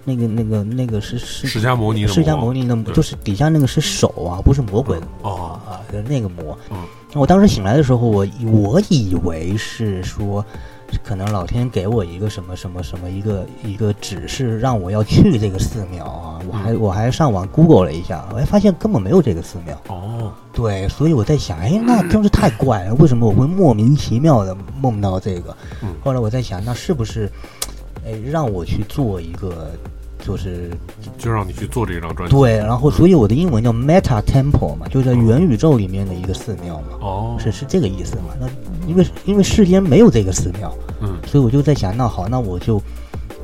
S1: 那个那个那个是是
S2: 释迦牟尼的魔
S1: 释迦牟尼的
S2: 对
S1: 就是底下那个是手啊，不是魔鬼的魔
S2: 哦
S1: 啊，就是那个魔。
S2: 嗯
S1: 那我当时醒来的时候，我以我以为是说，可能老天给我一个什么什么什么一个一个指示，让我要去这个寺庙啊。我
S2: 嗯
S1: 还我还上网 Google 了一下，我还发现根本没有这个寺庙。
S2: 哦
S1: 对，所以我在想，哎，那真是太怪了，为什么我会莫名其妙的梦到这个
S2: 嗯？
S1: 后来我在想，那是不是，哎，让我去做一个，就是
S2: 就让你去做这张专辑，
S1: 对，然后所以我的英文叫 Meta Temple 嘛，就在
S2: 嗯
S1: 元宇宙里面的一个寺庙嘛，
S2: 哦
S1: 是是这个意思嘛？那因为因为世间没有这个寺庙，
S2: 嗯
S1: 所以我就在想，那好，那我就。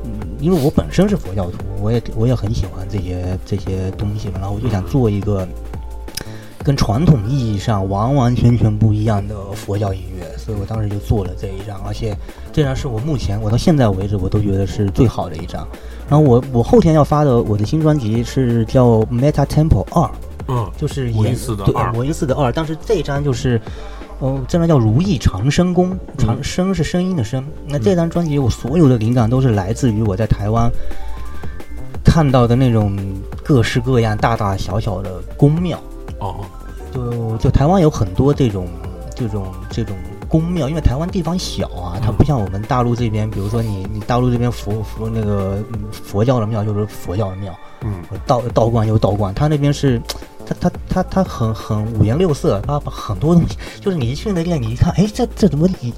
S1: 嗯，因为我本身是佛教徒，我也我也很喜欢这些这些东西嘛，然后我就想做一个跟传统意义上完完全全不一样的佛教音乐，所以我当时就做了这一张，而且这张是我目前我到现在为止我都觉得是最好的一张。然后我我后天要发的我的新专辑是叫《Meta Temple 二》，
S2: 嗯，
S1: 就是
S2: 魔音
S1: 演
S2: 寺的
S1: 对
S2: 二
S1: 魔音寺的二，但是这一张就是，哦，这张叫《如意长生宫》，
S2: 嗯
S1: 长生是声音的声。那这张专辑我所有的灵感都是来自于我在台湾看到的那种各式各样、大大小小的宫庙。
S2: 哦，
S1: 就就台湾有很多这种这种这种宫庙，因为台湾地方小啊，
S2: 嗯
S1: 它不像我们大陆这边，比如说你你大陆这边佛佛那个嗯佛教的庙就是佛教的庙，
S2: 嗯，
S1: 道道观有道观，它那边是。它它它它很很五颜六色，它把很多东西，就是你一去那店，你一看，哎，这这怎么你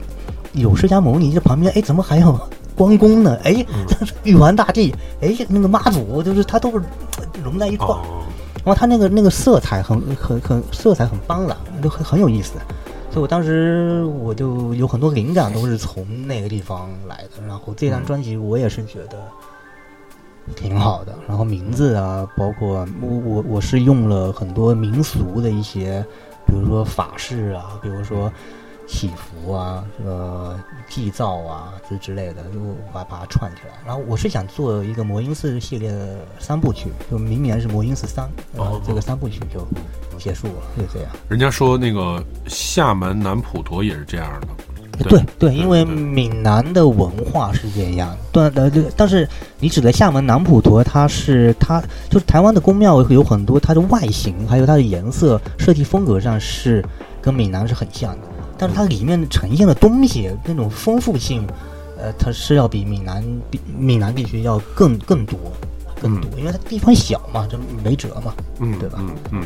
S1: 有释迦牟尼，这旁边哎怎么还有关公呢？哎，这是 玉皇大帝，哎，那个妈祖，就是它都是融在一块儿。
S2: 哦，
S1: 然后它那个那个色彩很很很色彩很斑斓，就很很有意思。所以我当时我就有很多灵感都是从那个地方来的。然后这张专辑我也是觉得挺好的。然后名字啊，包括我我我是用了很多民俗的一些，比如说法事啊，比如说祈福啊，呃，祭灶啊这之类的，就把把它串起来。然后我是想做一个魔音寺系列的三部曲，就明年是魔音寺三，然后这个三部曲就结束了，就这样。
S2: 人家说那个厦门南普陀也是这样的，
S1: 对对，因为
S2: 哎对
S1: 闽南的文化是这样，但呃，对但是你指的厦门南普陀，它是它就是台湾的宫庙有很多，它的外形还有它的颜色设计风格上是跟闽南是很像的，但是它里面呈现的东西那种丰富性，呃，它是要比闽南比闽南地区要更更多更多，因为它地方小嘛，这没辙嘛，
S2: 嗯，
S1: 对吧
S2: 嗯嗯，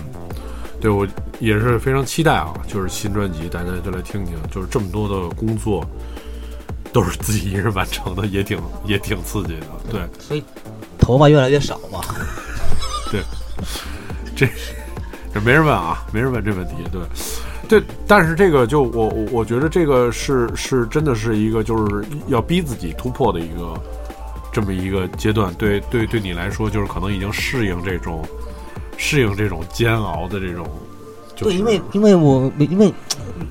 S2: 对我也是非常期待啊，就是新专辑，大家都来听听，就是这么多的工作都是自己一人完成的，也挺也挺刺激的，对。
S1: 所以头发越来越少嘛。
S2: 这这没人问啊，没人问这问题，对。对，但是这个就我我我觉得这个是是真的是一个就是要逼自己突破的一个这么一个阶段，对对对你来说就是可能已经适应这种适应这种煎熬的这种，就是、
S1: 对，因为因为我因为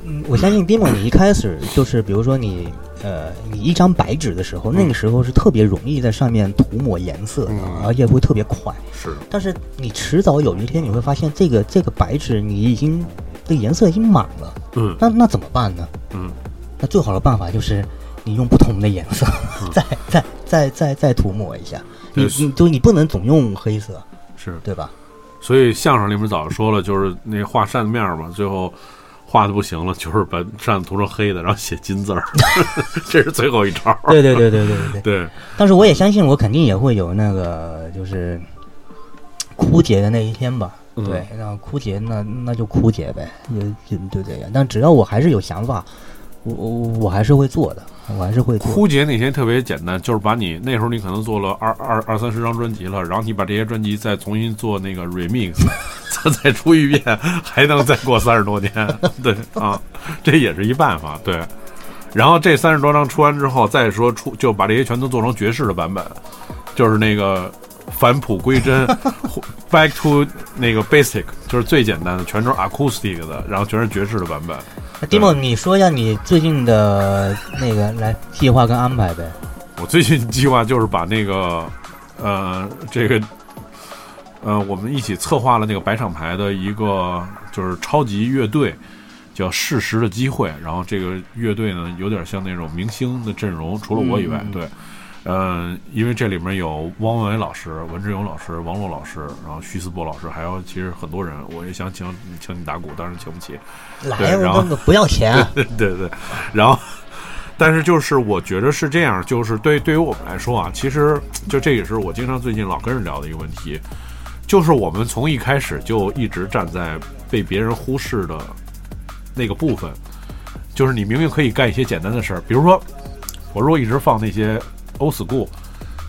S1: 嗯我相信 Dimo，你一开始就是比如说你呃你一张白纸的时候，那个时候是特别容易在上面涂抹颜色的，
S2: 嗯
S1: 而且会特别快。
S2: 是的
S1: 但是你迟早有一天你会发现，这个这个白纸你已经这个颜色已经满了，
S2: 嗯
S1: 那那怎么办呢？
S2: 嗯
S1: 那最好的办法就是你用不同的颜色 再再再再再涂抹一下。你
S2: 对
S1: 你就你不能总用黑色，
S2: 是，
S1: 对吧？
S2: 所以相声里面早就说了，就是那画扇子面儿嘛，最后画的不行了，就是把扇子涂成黑的，然后写金字儿， 这是最后一招儿。
S1: 对对对对对对对。
S2: 对，
S1: 但是我也相信，我肯定也会有那个就是枯竭的那一天吧。
S2: 嗯
S1: 对，那枯竭那那就枯竭呗，也就就这样。但只要我还是有想法，我我我还是会做的，我还是会做。
S2: 枯竭那天特别简单，就是把你那时候你可能做了二二二三十张专辑了，然后你把这些专辑再重新做那个 remix，再 再出一遍，还能再过三十多年。 对啊，这也是一办法。对，然后这三十多张出完之后，再说出就把这些全都做成爵士的版本，就是那个返璞归真，back to 那个 basic，就是最简单的，全都是 acoustic 的，然后全是爵士的版本。
S1: 那 Dimo，你哎说一下你最近的那个来计划跟安排呗？
S2: 我最近计划就是把那个，呃，这个，呃，我们一起策划了那个白厂牌的一个就是超级乐队，叫《适时的机会》。然后这个乐队呢，有点像那种明星的阵容，除了我以外，对，嗯、因为这里面有汪文伟老师、文志勇老师、王洛老师，然后徐思博老师，还有其实很多人，我也想请请你打鼓，但是请不起。
S1: 来，
S2: 对然
S1: 我
S2: 后
S1: 那个不要钱啊！
S2: 对对对，然后，但是就是我觉得是这样，就是对对于我们来说啊，其实就这也是我经常最近老跟人聊的一个问题，就是我们从一开始就一直站在被别人忽视的那个部分，就是你明明可以干一些简单的事儿，比如说我如果一直放那些 old school，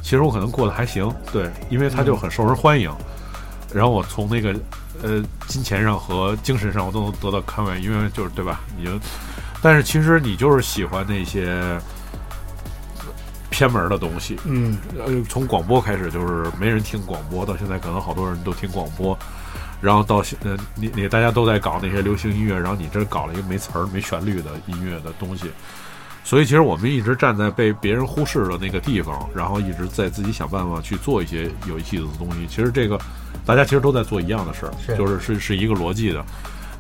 S2: 其实我可能过得还行，对，因为它就很受人欢迎。然后我从那个呃金钱上和精神上我都能得到宽慰，因为就是对吧？你就，但是其实你就是喜欢那些偏门的东西。
S4: 嗯，
S2: 呃，从广播开始就是没人听广播，到现在可能好多人都听广播，然后到现呃，你你大家都在搞那些流行音乐，然后你这搞了一个没词儿、没旋律的音乐的东西，所以其实我们一直站在被别人忽视的那个地方，然后一直在自己想办法去做一些有意思的东西。其实这个大家其实都在做一样的事儿，
S1: 是
S2: 就是是是一个逻辑的。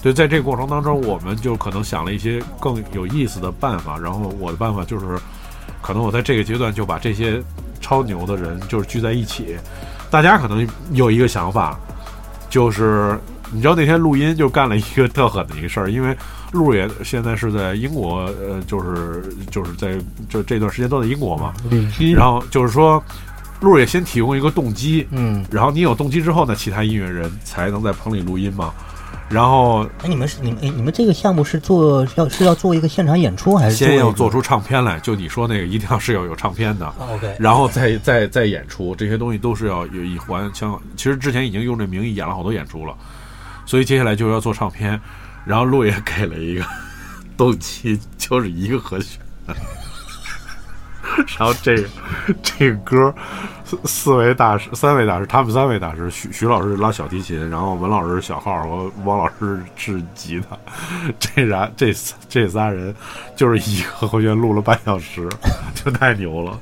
S2: 对，在这个过程当中，我们就可能想了一些更有意思的办法。然后我的办法就是，可能我在这个阶段就把这些超牛的人就是聚在一起，大家可能有一个想法，就是你知道那天录音就干了一个特狠的一个事儿，因为路也现在是在英国，呃，就是就是在就这段时间都在英国嘛，
S1: 旅居，
S2: 然后就是说路也先提供一个动机，
S1: 嗯，
S2: 然后你有动机之后呢，其他音乐人才能在棚里录音嘛。然后
S1: 哎，你们是你们哎你们这个项目是做要是要做一个现场演出还是
S2: 先要做
S1: 出
S2: 出唱片来，就你说那个一定要是要有唱片的，
S1: 哦？OK，
S2: 然后再再再演出，这些东西都是要有一环相。其实之前已经用这名义演了好多演出了，所以接下来就要做唱片。然后路也给了一个动机，就是一个和弦。然后这个这个歌，四四位大师，三位大师，他们三位大师，徐徐老师拉小提琴，然后文老师小号和汪老师是吉他，这俩这仨这仨人就是一个和弦录了半小时， 就太牛了，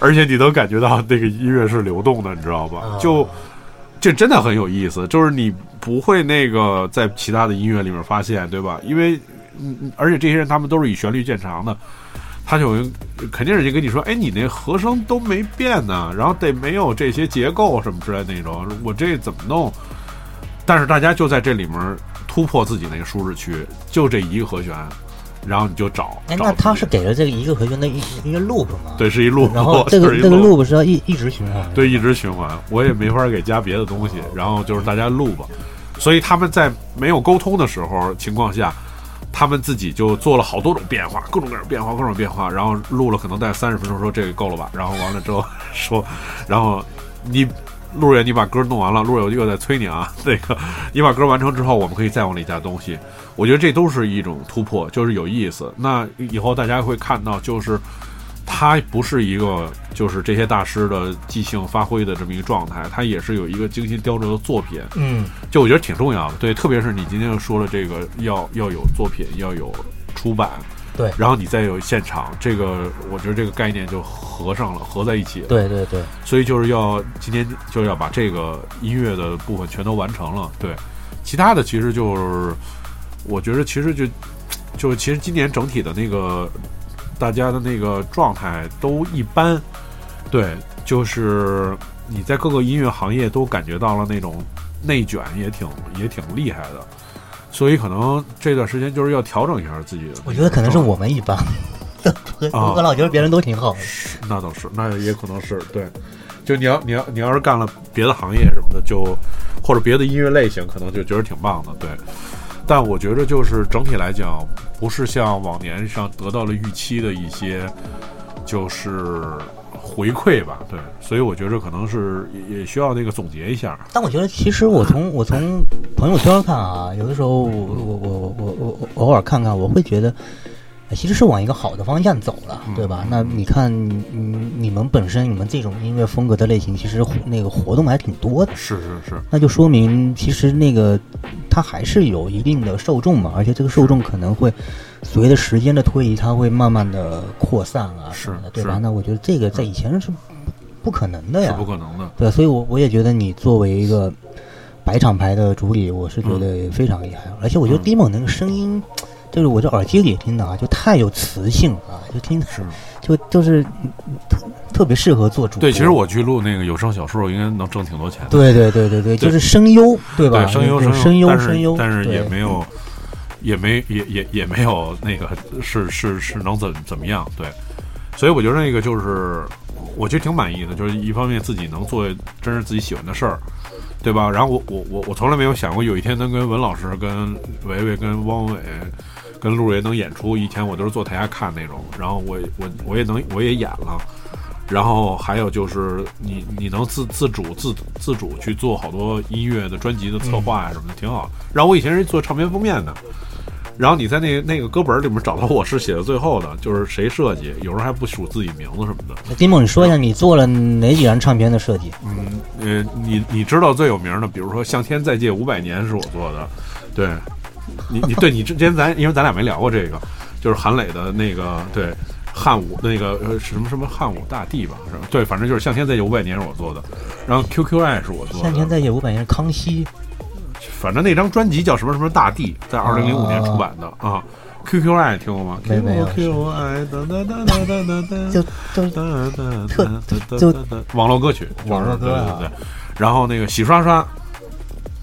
S2: 而且你能感觉到那个音乐是流动的，你知道吧？
S1: 啊
S2: 就这真的很有意思，就是你不会那个在其他的音乐里面发现，对吧？因为嗯嗯而且这些人他们都是以旋律见长的，他就有肯定是就跟你说，哎，你那和声都没变呢，然后得没有这些结构什么之类的那种，我这怎么弄？但是大家就在这里面突破自己那个舒适区，就这一个和弦，然后你就找。
S1: 哎，
S2: 找
S1: 那他
S2: 自己
S1: 是给了这个一个和弦的一一个 loop 吗？，
S2: 对，是一 路，
S1: 然后这个
S2: 是一
S1: 这个 loop 是要一一直循啊环的。
S2: 对，一直循环，我也没法给加别的东西，然后就是大家录吧。所以他们在没有沟通的时候情况下，他们自己就做了好多种变化，各种各样的变化，各种变化，然后录了可能在三十分钟，说这个够了吧，然后完了之后 说，然后你路人你把歌弄完了，路人又在催你啊，那个你把歌完成之后，我们可以再往里加东西。我觉得这都是一种突破，就是有意思。那以后大家会看到，就是它不是一个就是这些大师的即兴发挥的这么一个状态，它也是有一个精心雕琢的作品。
S1: 嗯，
S2: 就我觉得挺重要的，对，特别是你今天又说了这个要要有作品，要有出版，
S1: 对
S2: 然后你再有现场，这个我觉得这个概念就合上了，合在一起了。
S1: 对对对，
S2: 所以就是要今天就要把这个音乐的部分全都完成了。对，其他的其实就是，我觉得其实就就是其实今年整体的那个大家的那个状态都一般，对，就是你在各个音乐行业都感觉到了那种内卷也挺也挺厉害的。所以可能这段时间就是要调整一下自己的那个状态。
S1: 我觉得可能是我们一般，
S2: 啊
S1: 我老觉得别人都挺好的。
S2: 那倒是，那也可能是对。就你要你要你要是干了别的行业什么的，就或者别的音乐类型，可能就觉得挺棒的，对。但我觉着就是整体来讲，不是像往年上得到了预期的一些，就是回馈吧，对。所以我觉着可能是也也需要那个总结一下，
S1: 但我觉得，其实我从我从朋友圈看啊，有的时候我我我我我我偶尔看看，我会觉得，呃其实是往一个好的方向走了，
S2: 嗯
S1: 对吧？那你看，嗯，你们本身你们这种音乐风格的类型，其实活那个活动还挺多的，
S2: 是是是，
S1: 那就说明其实那个它还是有一定的受众嘛，而且这个受众可能会随着时间的推移，它会慢慢的扩散啊
S2: 是
S1: 什么的，对
S2: 是嗯
S1: 吧？那我觉得这个在以前是不可能的
S2: 是
S1: 呀，
S2: 不可能的，
S1: 对，所以我我也觉得你作为一个白厂牌的主理，我是觉得非常厉害，而且我觉得
S2: 嗯
S1: Dimo 那个声音，就是我这耳机里听的啊，就太有磁性啊，就听
S2: 是。
S1: 就就是特特别适合做主播。
S2: 对，其实我去录那个有声小说，应该能挣挺多钱的。
S1: 对对对对对，就是声优对吧？
S2: 对，声优
S1: 有
S2: 声
S1: 声优
S2: 但
S1: 声
S2: 是
S1: 优，
S2: 但是也
S1: 对
S2: 没有，也没也也也没有那个是是是能怎怎么样？对，所以我觉得那个就是，我觉得挺满意的，就是一方面自己能做真是自己喜欢的事儿，对吧？然后我我我我从来没有想过有一天能跟文老师、跟维维、跟汪伟。跟陆爷能演出，以前我都是坐台下看那种，然后我我我也能我也演了，然后还有就是你你能自自主自自主去做好多音乐的专辑的策划啊什么的，挺好。然后我以前是做唱片封面的，然后你在那那个歌本里面找到我是写的最后的，就是谁设计，有时候还不署自己名字什么的。
S1: 金梦，你说一下
S2: 啊
S1: 你做了哪几张唱片的设计？
S2: 嗯，呃，你你知道最有名的，比如说《向天再借五百年》是我做的，对，你你对你之前咱因为咱俩没聊过这个，就是韩磊的那个对汉武那个呃什么什么汉武大帝吧，是吧？对，反正就是《向天再借五百年》是我做的，然后《QQ 爱》是我做的，
S1: 向前再借五百年，康熙
S2: 反正那张专辑叫什么什么大地，在二零零五年出版的啊。QQ 爱听过吗
S1: 没没有
S2: ？QQ 爱哒哒哒哒哒哒哒，
S1: 就就
S2: 哒哒
S1: 特
S2: 哒
S1: 就
S2: 哒哒网络歌曲，
S1: 网络歌啊
S2: 对对对。然后那个洗刷刷，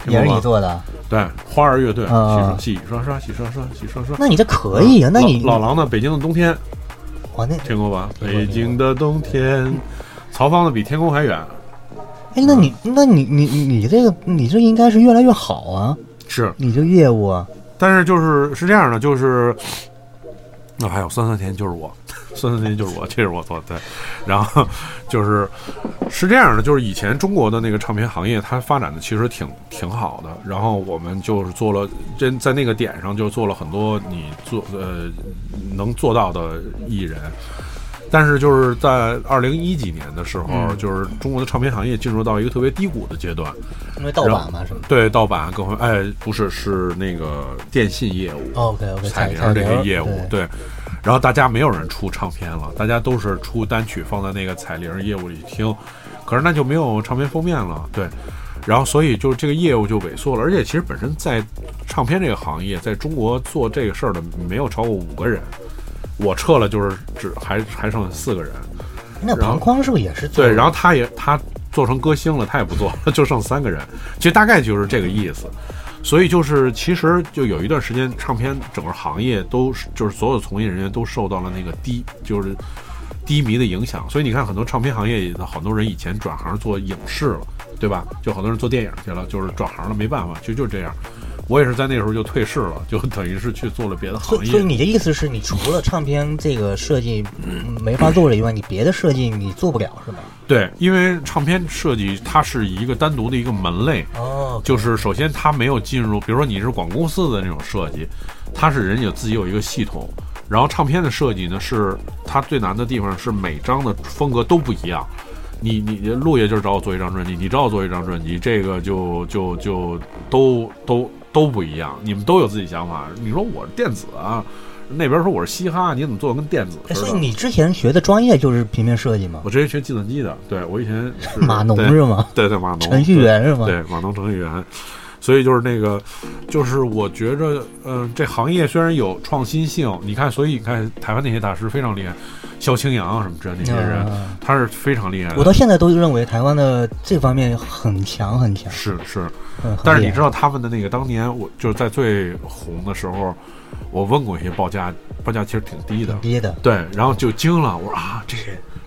S2: 听
S1: 也是
S2: 过
S1: 你
S2: 吗？
S1: 做的，
S2: 对，花儿乐队，洗
S1: 啊
S2: 刷洗刷刷，洗刷刷，洗刷刷。
S1: 那你这可以啊？那你
S2: 老老狼的《北京的冬天》
S1: 哇，那
S2: 听过吧？
S1: 听过
S2: 北京的冬天，曹芳的《比天空还远》
S1: 哎，那你那你你你你这个你这应该是越来越好啊，
S2: 是
S1: 你这业务啊，
S2: 但是就是是这样的，就是那、还有酸酸甜就是我， 酸酸甜就是我，这是我做的。对，然后就是是这样的，就是以前中国的那个唱片行业，它发展的其实挺挺好的。然后我们就是做了，真在那个点上就做了很多你做呃能做到的艺人。但是就是在二零一几年的时候，就是中国的唱片行业进入到一个特别低谷的阶段。
S1: 因为盗版嘛是吧
S2: 对，盗版各方面，哎，不是，是那个电信业务。
S1: ？OK OK，
S2: 彩铃
S1: 铃
S2: 这个业务，对。然后大家没有人出唱片了，大家都是出单曲放在那个彩铃业务里听，可是那就没有唱片封面了，对。然后所以就这个业务就萎缩了，而且其实本身在唱片这个行业，在中国做这个事儿的没有超过五个人，我撤了就是只还还剩四个人，
S1: 那
S2: 然后
S1: 庞匡是不是也是做
S2: 对，然后他也他做成歌星了，他也不做 了，就剩三个人，其实大概就是这个意思。所以就是，其实就有一段时间，唱片整个行业都是，就是所有从业人员都受到了那个低，就是低迷的影响。所以你看，很多唱片行业的很多人以前转行做影视了，对吧？就很多人做电影去了，就是转行了，没办法，其实就是这样。我也是在那时候就退市了，就等于是去做了别的
S1: 所以
S2: 行业。
S1: 所以你的意思是你除了唱片这个设计嗯没法做了以外，你别的设计你做不了是吗？
S2: 对，因为唱片设计它是一个单独的一个门类，
S1: 哦，
S2: 就是首先它没有进入，比如说你是广告公司的那种设计，它是人有自己有一个系统。然后唱片的设计呢，是它最难的地方是每张的风格都不一样。你你你陆爷就是找我做一张专辑，你找我做一张专辑，这个就就就都都都不一样，你们都有自己想法。你说我是电子啊，那边说我是嘻哈，你怎么做得跟电子
S1: 哎
S2: 似
S1: 所以
S2: 的？
S1: 你之前学的专业就是平面设计吗
S2: 我？直接学计算机的，对我以前是
S1: 码农
S2: 对
S1: 是吗？
S2: 对对码农
S1: 程序
S2: 对
S1: 员是吗？
S2: 对，网农程序员。所以就是那个，就是我觉着，呃，这行业虽然有创新性，你看，所以你看台湾那些大师非常厉害，萧清扬啊什么之类的那些人，
S1: 啊
S2: 他是非常厉害
S1: 我
S2: 的。
S1: 到现在都认为台湾的这方面很强很强，
S2: 是是，
S1: 嗯，
S2: 但是
S1: 很厉
S2: 你
S1: 害
S2: 知道他们的那个当年，我就是在最红的时候，我问过一些报价，报价其实挺低的
S1: 挺，低的，
S2: 对，然后就惊了，我说啊，这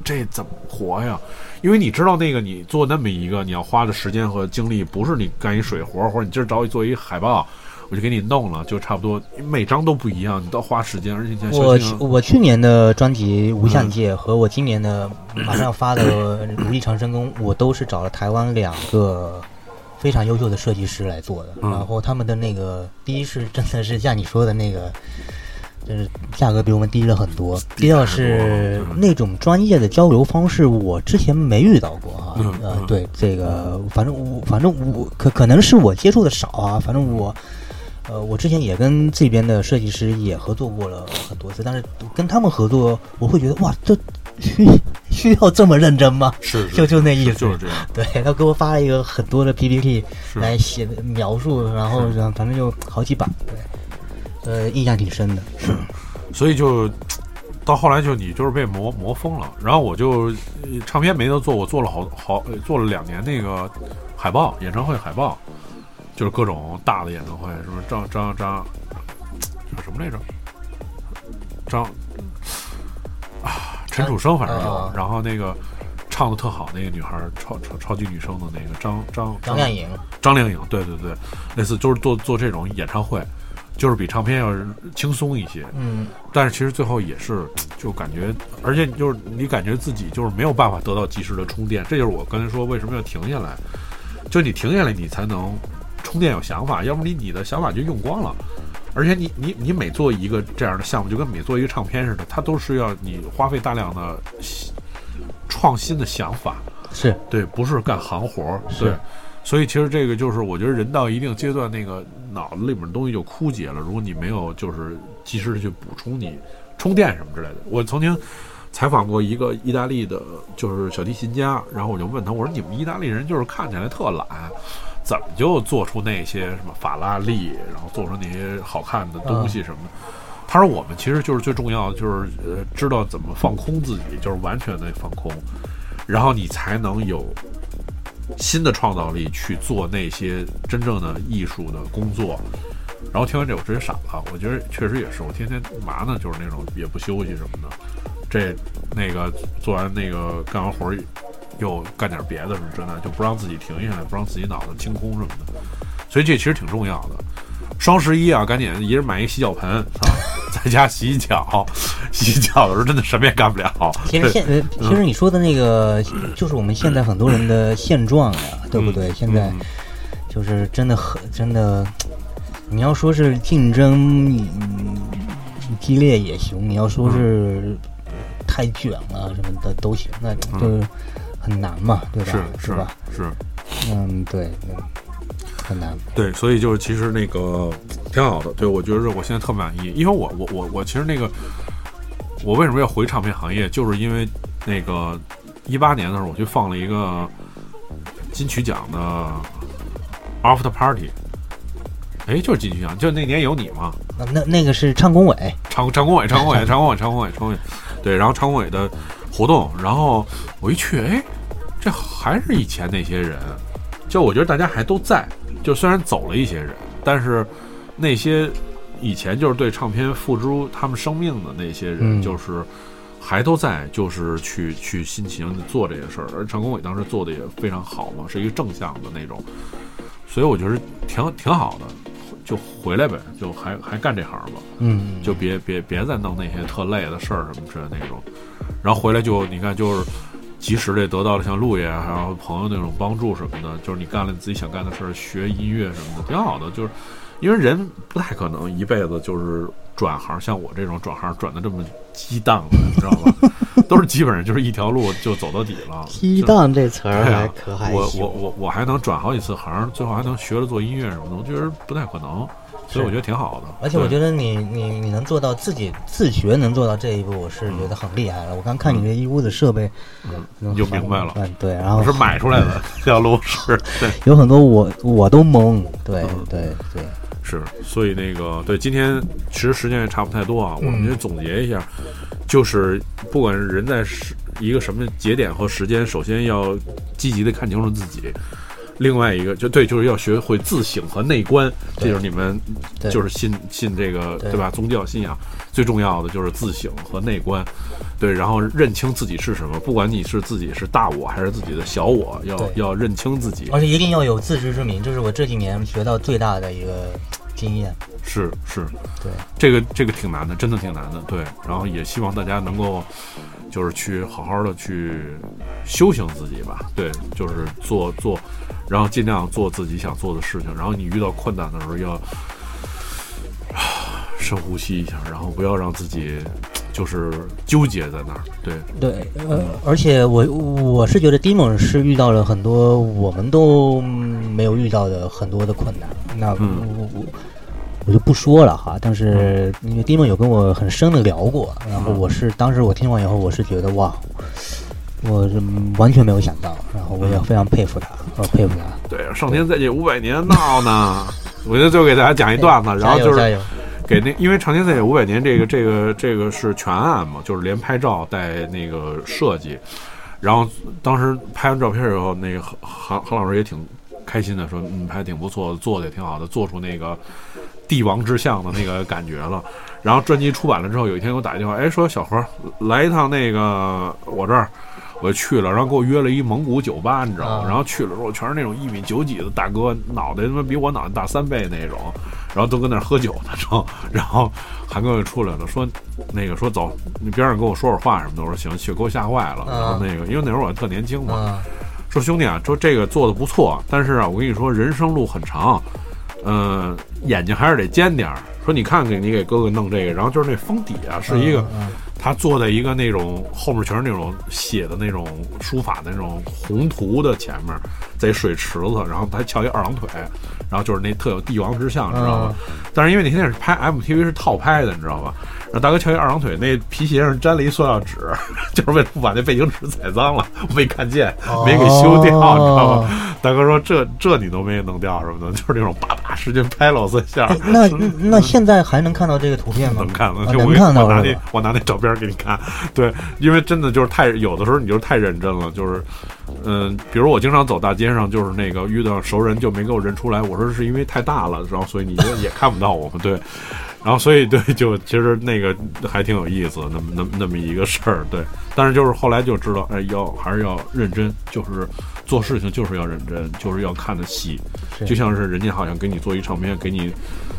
S2: 这怎么活呀？因为你知道那个你做那么一个，你要花的时间和精力，不是你干一水活，或者你今儿找我做一海报，我就给你弄了，就差不多，每张都不一样，你都花时间，而且你像
S1: 我
S2: 小啊嗯
S1: 去
S2: 青
S1: 我去年的专辑《无相界》和我今年的马上要发的《如意长生宫》，我都是找了台湾两个非常优秀的设计师来做的。
S2: 嗯
S1: 然后他们的那个，第一是真的是像你说的那个，就是价格比我们低了很多。第
S2: 啊
S1: 二是
S2: 嗯
S1: 那种专业的交流方式，我之前没遇到过啊。
S2: 嗯
S1: 呃
S2: 嗯，
S1: 对这个，反正我反正我可可能是我接触的少啊，反正我。呃，我之前也跟这边的设计师也合作过了很多次，但是跟他们合作，我会觉得哇，这需需要这么认真吗？
S2: 是
S1: 就就那意思，
S2: 就是这样，
S1: 对他给我发了一个很多的 PPT
S2: 是
S1: 来写描述，然后然后反正就好几版，对，呃，印象挺深的。
S2: 所以就到后来就你就是被磨磨疯了。然后我就呃唱片没得做，我做了好好呃做了两年那个海报，演唱会海报，就是各种大的演唱会，什么张张张叫什么来着？张啊，陈楚生反正有，
S1: 啊
S2: 然后那个。唱的特好，那个女孩儿超超超级女生的那个张张
S1: 张靓颖，
S2: 张靓颖，对对对，类似就是做做这种演唱会，就是比唱片要轻松一些。
S1: 嗯，
S2: 但是其实最后也是，就感觉，而且就是你感觉自己就是没有办法得到及时的充电，这就是我刚才说为什么要停下来，就你停下来，你才能充电有想法，要不你你的想法就用光了。而且你你你每做一个这样的项目，就跟每做一个唱片似的，它都是要你花费大量的西创新的想法，
S1: 是
S2: 对，不是干行活儿，
S1: 是
S2: 对。所以其实这个就是，我觉得人到一定阶段，那个脑子里面的东西就枯竭了。如果你没有就是及时的去补充你充电什么之类的，我曾经采访过一个意大利的，就是小提琴家，然后我就问他，我说你们意大利人就是看起来特懒，怎么就做出那些什么法拉利，然后做出那些好看的东西什么的？他说我们其实就是最重要的就是呃知道怎么放空自己，就是完全的放空，然后你才能有新的创造力去做那些真正的艺术的工作。然后听完这我直接傻了，我觉得确实也是，我天天嘛呢，就是那种也不休息什么的，这那个做完那个干完活儿又干点别的什么之类的，就不让自己停下来，不让自己脑子清空什么的。所以这其实挺重要的。双十一啊，赶紧一人买一个洗脚盆啊， 在家洗洗脚。洗脚的时候真的什么也干不了。
S1: 其实现呃，
S2: 嗯
S1: 其实你说的那个，就是我们现在很多人的现状呀，对
S2: 嗯
S1: 不对？现在就是真的很真的，你要说是竞争嗯激烈也行，你要说是太卷了什么的都行，那就是很难嘛，对吧？
S2: 嗯是是
S1: 吧？
S2: 是，
S1: 嗯，对，嗯很难。
S2: 对，所以就是其实那个挺好的，对我觉得我现在特满意，因为我我我我其实那个我为什么要回唱片行业，就是因为那个一八年的时候我去放了一个金曲奖的 After Party，哎，就是金曲奖，就那年有你嘛，
S1: 那那那个是唱工委，
S2: 常常工伟，常工伟，常工伟，常工伟，常工伟，对，然后常工伟的活动，然后我一去，哎，这还是以前那些人，就我觉得大家还都在，就虽然走了一些人，但是那些以前就是对唱片付诸他们生命的那些人，
S1: 嗯
S2: 就是还都在，就是去去辛勤地做这些事儿，而常工伟当时做的也非常好嘛，是一个正向的那种，所以我觉得挺挺好的。就回来呗，就还还干这行吧。
S1: 嗯，
S2: 就别别别再弄那些特累的事儿什么之类的那种。然后回来就你看就是及时的得到了像陆爷啊还有朋友那种帮助什么的，就是你干了你自己想干的事儿，学音乐什么的挺好的。就是因为人不太可能一辈子就是转行，像我这种转行转的这么激荡的，你知道吧？ 都是基本上就是一条路就走到底了。
S5: 激
S2: 就是
S5: 荡这词儿
S2: 对
S5: 还
S2: 啊，
S5: 可还
S2: 我
S5: 行
S2: 我我我还能转好几次行，最后还能学着做音乐什么的，我觉得不太可能，所以我觉得挺好的。
S1: 而且我
S2: 对
S1: 觉得你你你能做到自己自学能做到这一步，我是觉得很厉害了。我刚看你这一屋子设备，
S2: 你就明白了
S1: 嗯，对，然后
S2: 我是买出来的，小路是， 对，
S1: 有很多我我都懵，对
S2: 嗯
S1: 对对，
S2: 是，所以那个对，今天其实时间也差不太多啊，我们就总结一下，就是不管是人在是一个什么节点和时间，首先要积极的看清楚自己。另外一个就对，就是要学会自省和内观，这
S1: 对
S2: 就是你们
S1: 对
S2: 就是信信这个
S1: 对
S2: 对吧？宗教信仰最重要的就是自省和内观，对，然后认清自己是什么，不管你是自己是大我还是自己的小我，要
S1: 对
S2: 要认清自己。
S1: 而且一定要有自知之明，这是我这几年学到最大的一个经验。
S2: 是是，
S1: 对，
S2: 这个这个挺难的，真的挺难的，对。然后也希望大家能够，就是去好好的去修行自己吧，对，就是做做，然后尽量做自己想做的事情。然后你遇到困难的时候要啊深呼吸一下，然后不要让自己就是纠结在那儿，对，
S1: 对，呃，而且我我是觉得 Demon 是遇到了很多我们都嗯没有遇到的很多的困难。那我
S2: 嗯
S1: 我我就不说了哈，但是因为 Demon 有跟我很深的聊过，然后我是当时我听完以后，我是觉得哇，我是完全没有想到，然后我
S2: 嗯
S1: 也非常佩服他，我佩服他。
S2: 对，上天再借五百年闹呢。我觉得最后给大家讲一段子，然后就
S1: 加
S2: 是
S1: 油
S2: 给那，因为《长津在野五百年》这个这个这个是全案嘛，就是连拍照带那个设计，然后当时拍完照片以后，那个韩韩老师也挺开心的，说嗯拍得挺不错，做的也挺好的，做出那个帝王之相的那个感觉了。然后专辑出版了之后，有一天给我打一电话，哎，说小何来一趟那个我这儿。我就去了，然后给我约了一蒙古酒吧，你知道吗？
S1: 啊
S2: 然后去了之后，全是那种一米九几的大哥，脑袋他妈比我脑袋大三倍那种，然后都跟那儿喝酒呢， 然后然后韩哥就出来了，说那个说走，你边上跟我说会儿话什么的。我说行，去给我吓坏了。然后那个因为那时候我还特年轻嘛，
S1: 啊！
S2: 说兄弟啊，说这个做的不呃错，但是啊，我跟你说，人生路很长，嗯、眼睛还是得尖点儿。说你看给你给哥哥弄这个，然后就是那封底啊，是一个、他做的一个那种后面全是那种写的那种书法的那种宏图的前面，在水池子，然后他翘一二郎腿，然后就是那特有帝王之相，知道吗？但是因为那天是拍 MTV 是套拍的，你知道吧？然后大哥翘一二郎腿，那皮鞋上粘了一塑料纸， 就是为了不把那背景纸踩脏了，没看见，没给修掉，你知道吗？大哥说这这你都没弄掉什么的，就是那种叭叭使劲拍老三下，
S1: 哎 那那现在还能看到这个图片吗？
S2: 嗯能看到，
S1: 啊
S2: 就我
S1: 能
S2: 给
S1: 看
S2: 我
S1: 到
S2: 拿
S1: 是
S2: 那
S1: 吧
S2: 我拿那照片给你看， 对，因为真的就是太有的时候你就是太认真了，就是，嗯、比如我经常走大街上，就是那个遇到熟人就没给我认出来，我说是因为太大了，然后所以你就也看不到我们，对，然后所以对，就其实那个还挺有意思，那么那么那么一个事儿，对，但是就是后来就知道，哎，要还是要认真，就是做事情就是要认真，就是要看得细，
S1: 是
S2: 就像是人家好像给你做一唱片，给你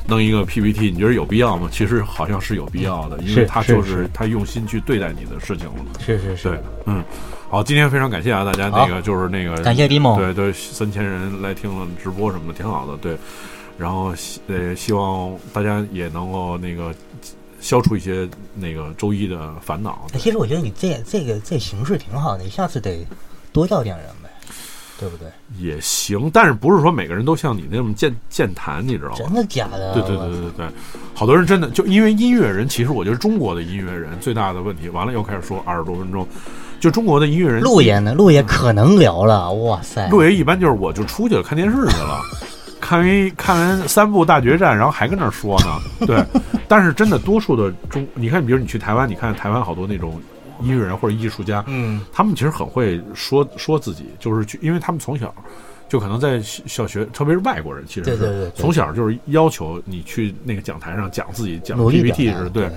S2: 弄一个 PPT，你觉得有必要吗？其实好像是有必要的，因为
S1: 是
S2: 他
S1: 是
S2: 就是他用心去对待你的事情了。
S1: 是是是
S2: 对，，嗯，好，今天非常感谢啊，大家那个就是那个
S4: 感谢
S1: 哦
S4: Dimo
S2: 对对，三千人来听了直播什么的，挺好的，对。然后希呃，希望大家也能够那个消除一些那个周一的烦恼。
S1: 哎其实我觉得你这这个这形式挺好的，你下次得多要点人呗，对不对？
S2: 也行，但是不是说每个人都像你那么健健谈，你知道吗？
S1: 真的假的？
S2: 对对
S1: 我
S2: 对对对，好多人真的就因为音乐人，其实我觉得中国的音乐人最大的问题，完了又开始说二十多分钟，就中国的音乐人，
S1: 陆爷呢？陆爷可能聊了，哇塞！
S2: 陆爷一般就是我就出去了看电视去了，看完看完三部大决战，然后还跟那儿说呢，对，但是真的多数的中，你看，比如你去台湾，你看台湾好多那种音乐人或者艺术家，
S1: 嗯，
S2: 他们其实很会说说自己，就是去，因为他们从小就可能在小小学，特别是外国人，其实是
S1: 对对对对
S2: 从小就是要求你去那个讲台上讲自己讲
S1: 努力表
S2: PPT
S1: 达
S2: 是对，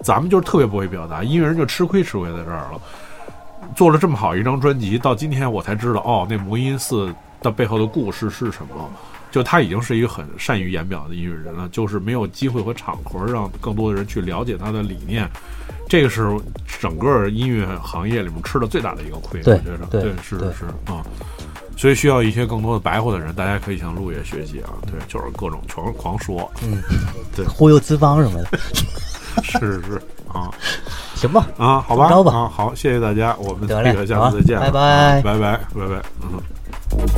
S2: 咱们就是特别不会表达，音乐人就吃亏吃亏在这儿了。做了这么好一张专辑，到今天我才知道，哦，那魔音寺的背后的故事是什么。就他已经是一个很善于言表的音乐人了，就是没有机会和场合让更多的人去了解他的理念，这个是整个音乐行业里面吃的最大的一个亏，
S1: 对
S2: 我觉得
S1: 对
S2: 是
S1: 对
S2: 是啊、所以需要一些更多的白话的人，大家可以向陆爷学习啊，对，就是各种狂狂说，
S1: 忽悠资方什么的，
S2: 是是是啊
S1: 行吧？
S2: 啊，好吧，
S1: 这么着吧
S2: 啊，好，谢谢大家，我们
S1: 得嘞
S2: 这个下次再见啊，
S1: 好拜拜
S2: 拜拜拜拜，嗯。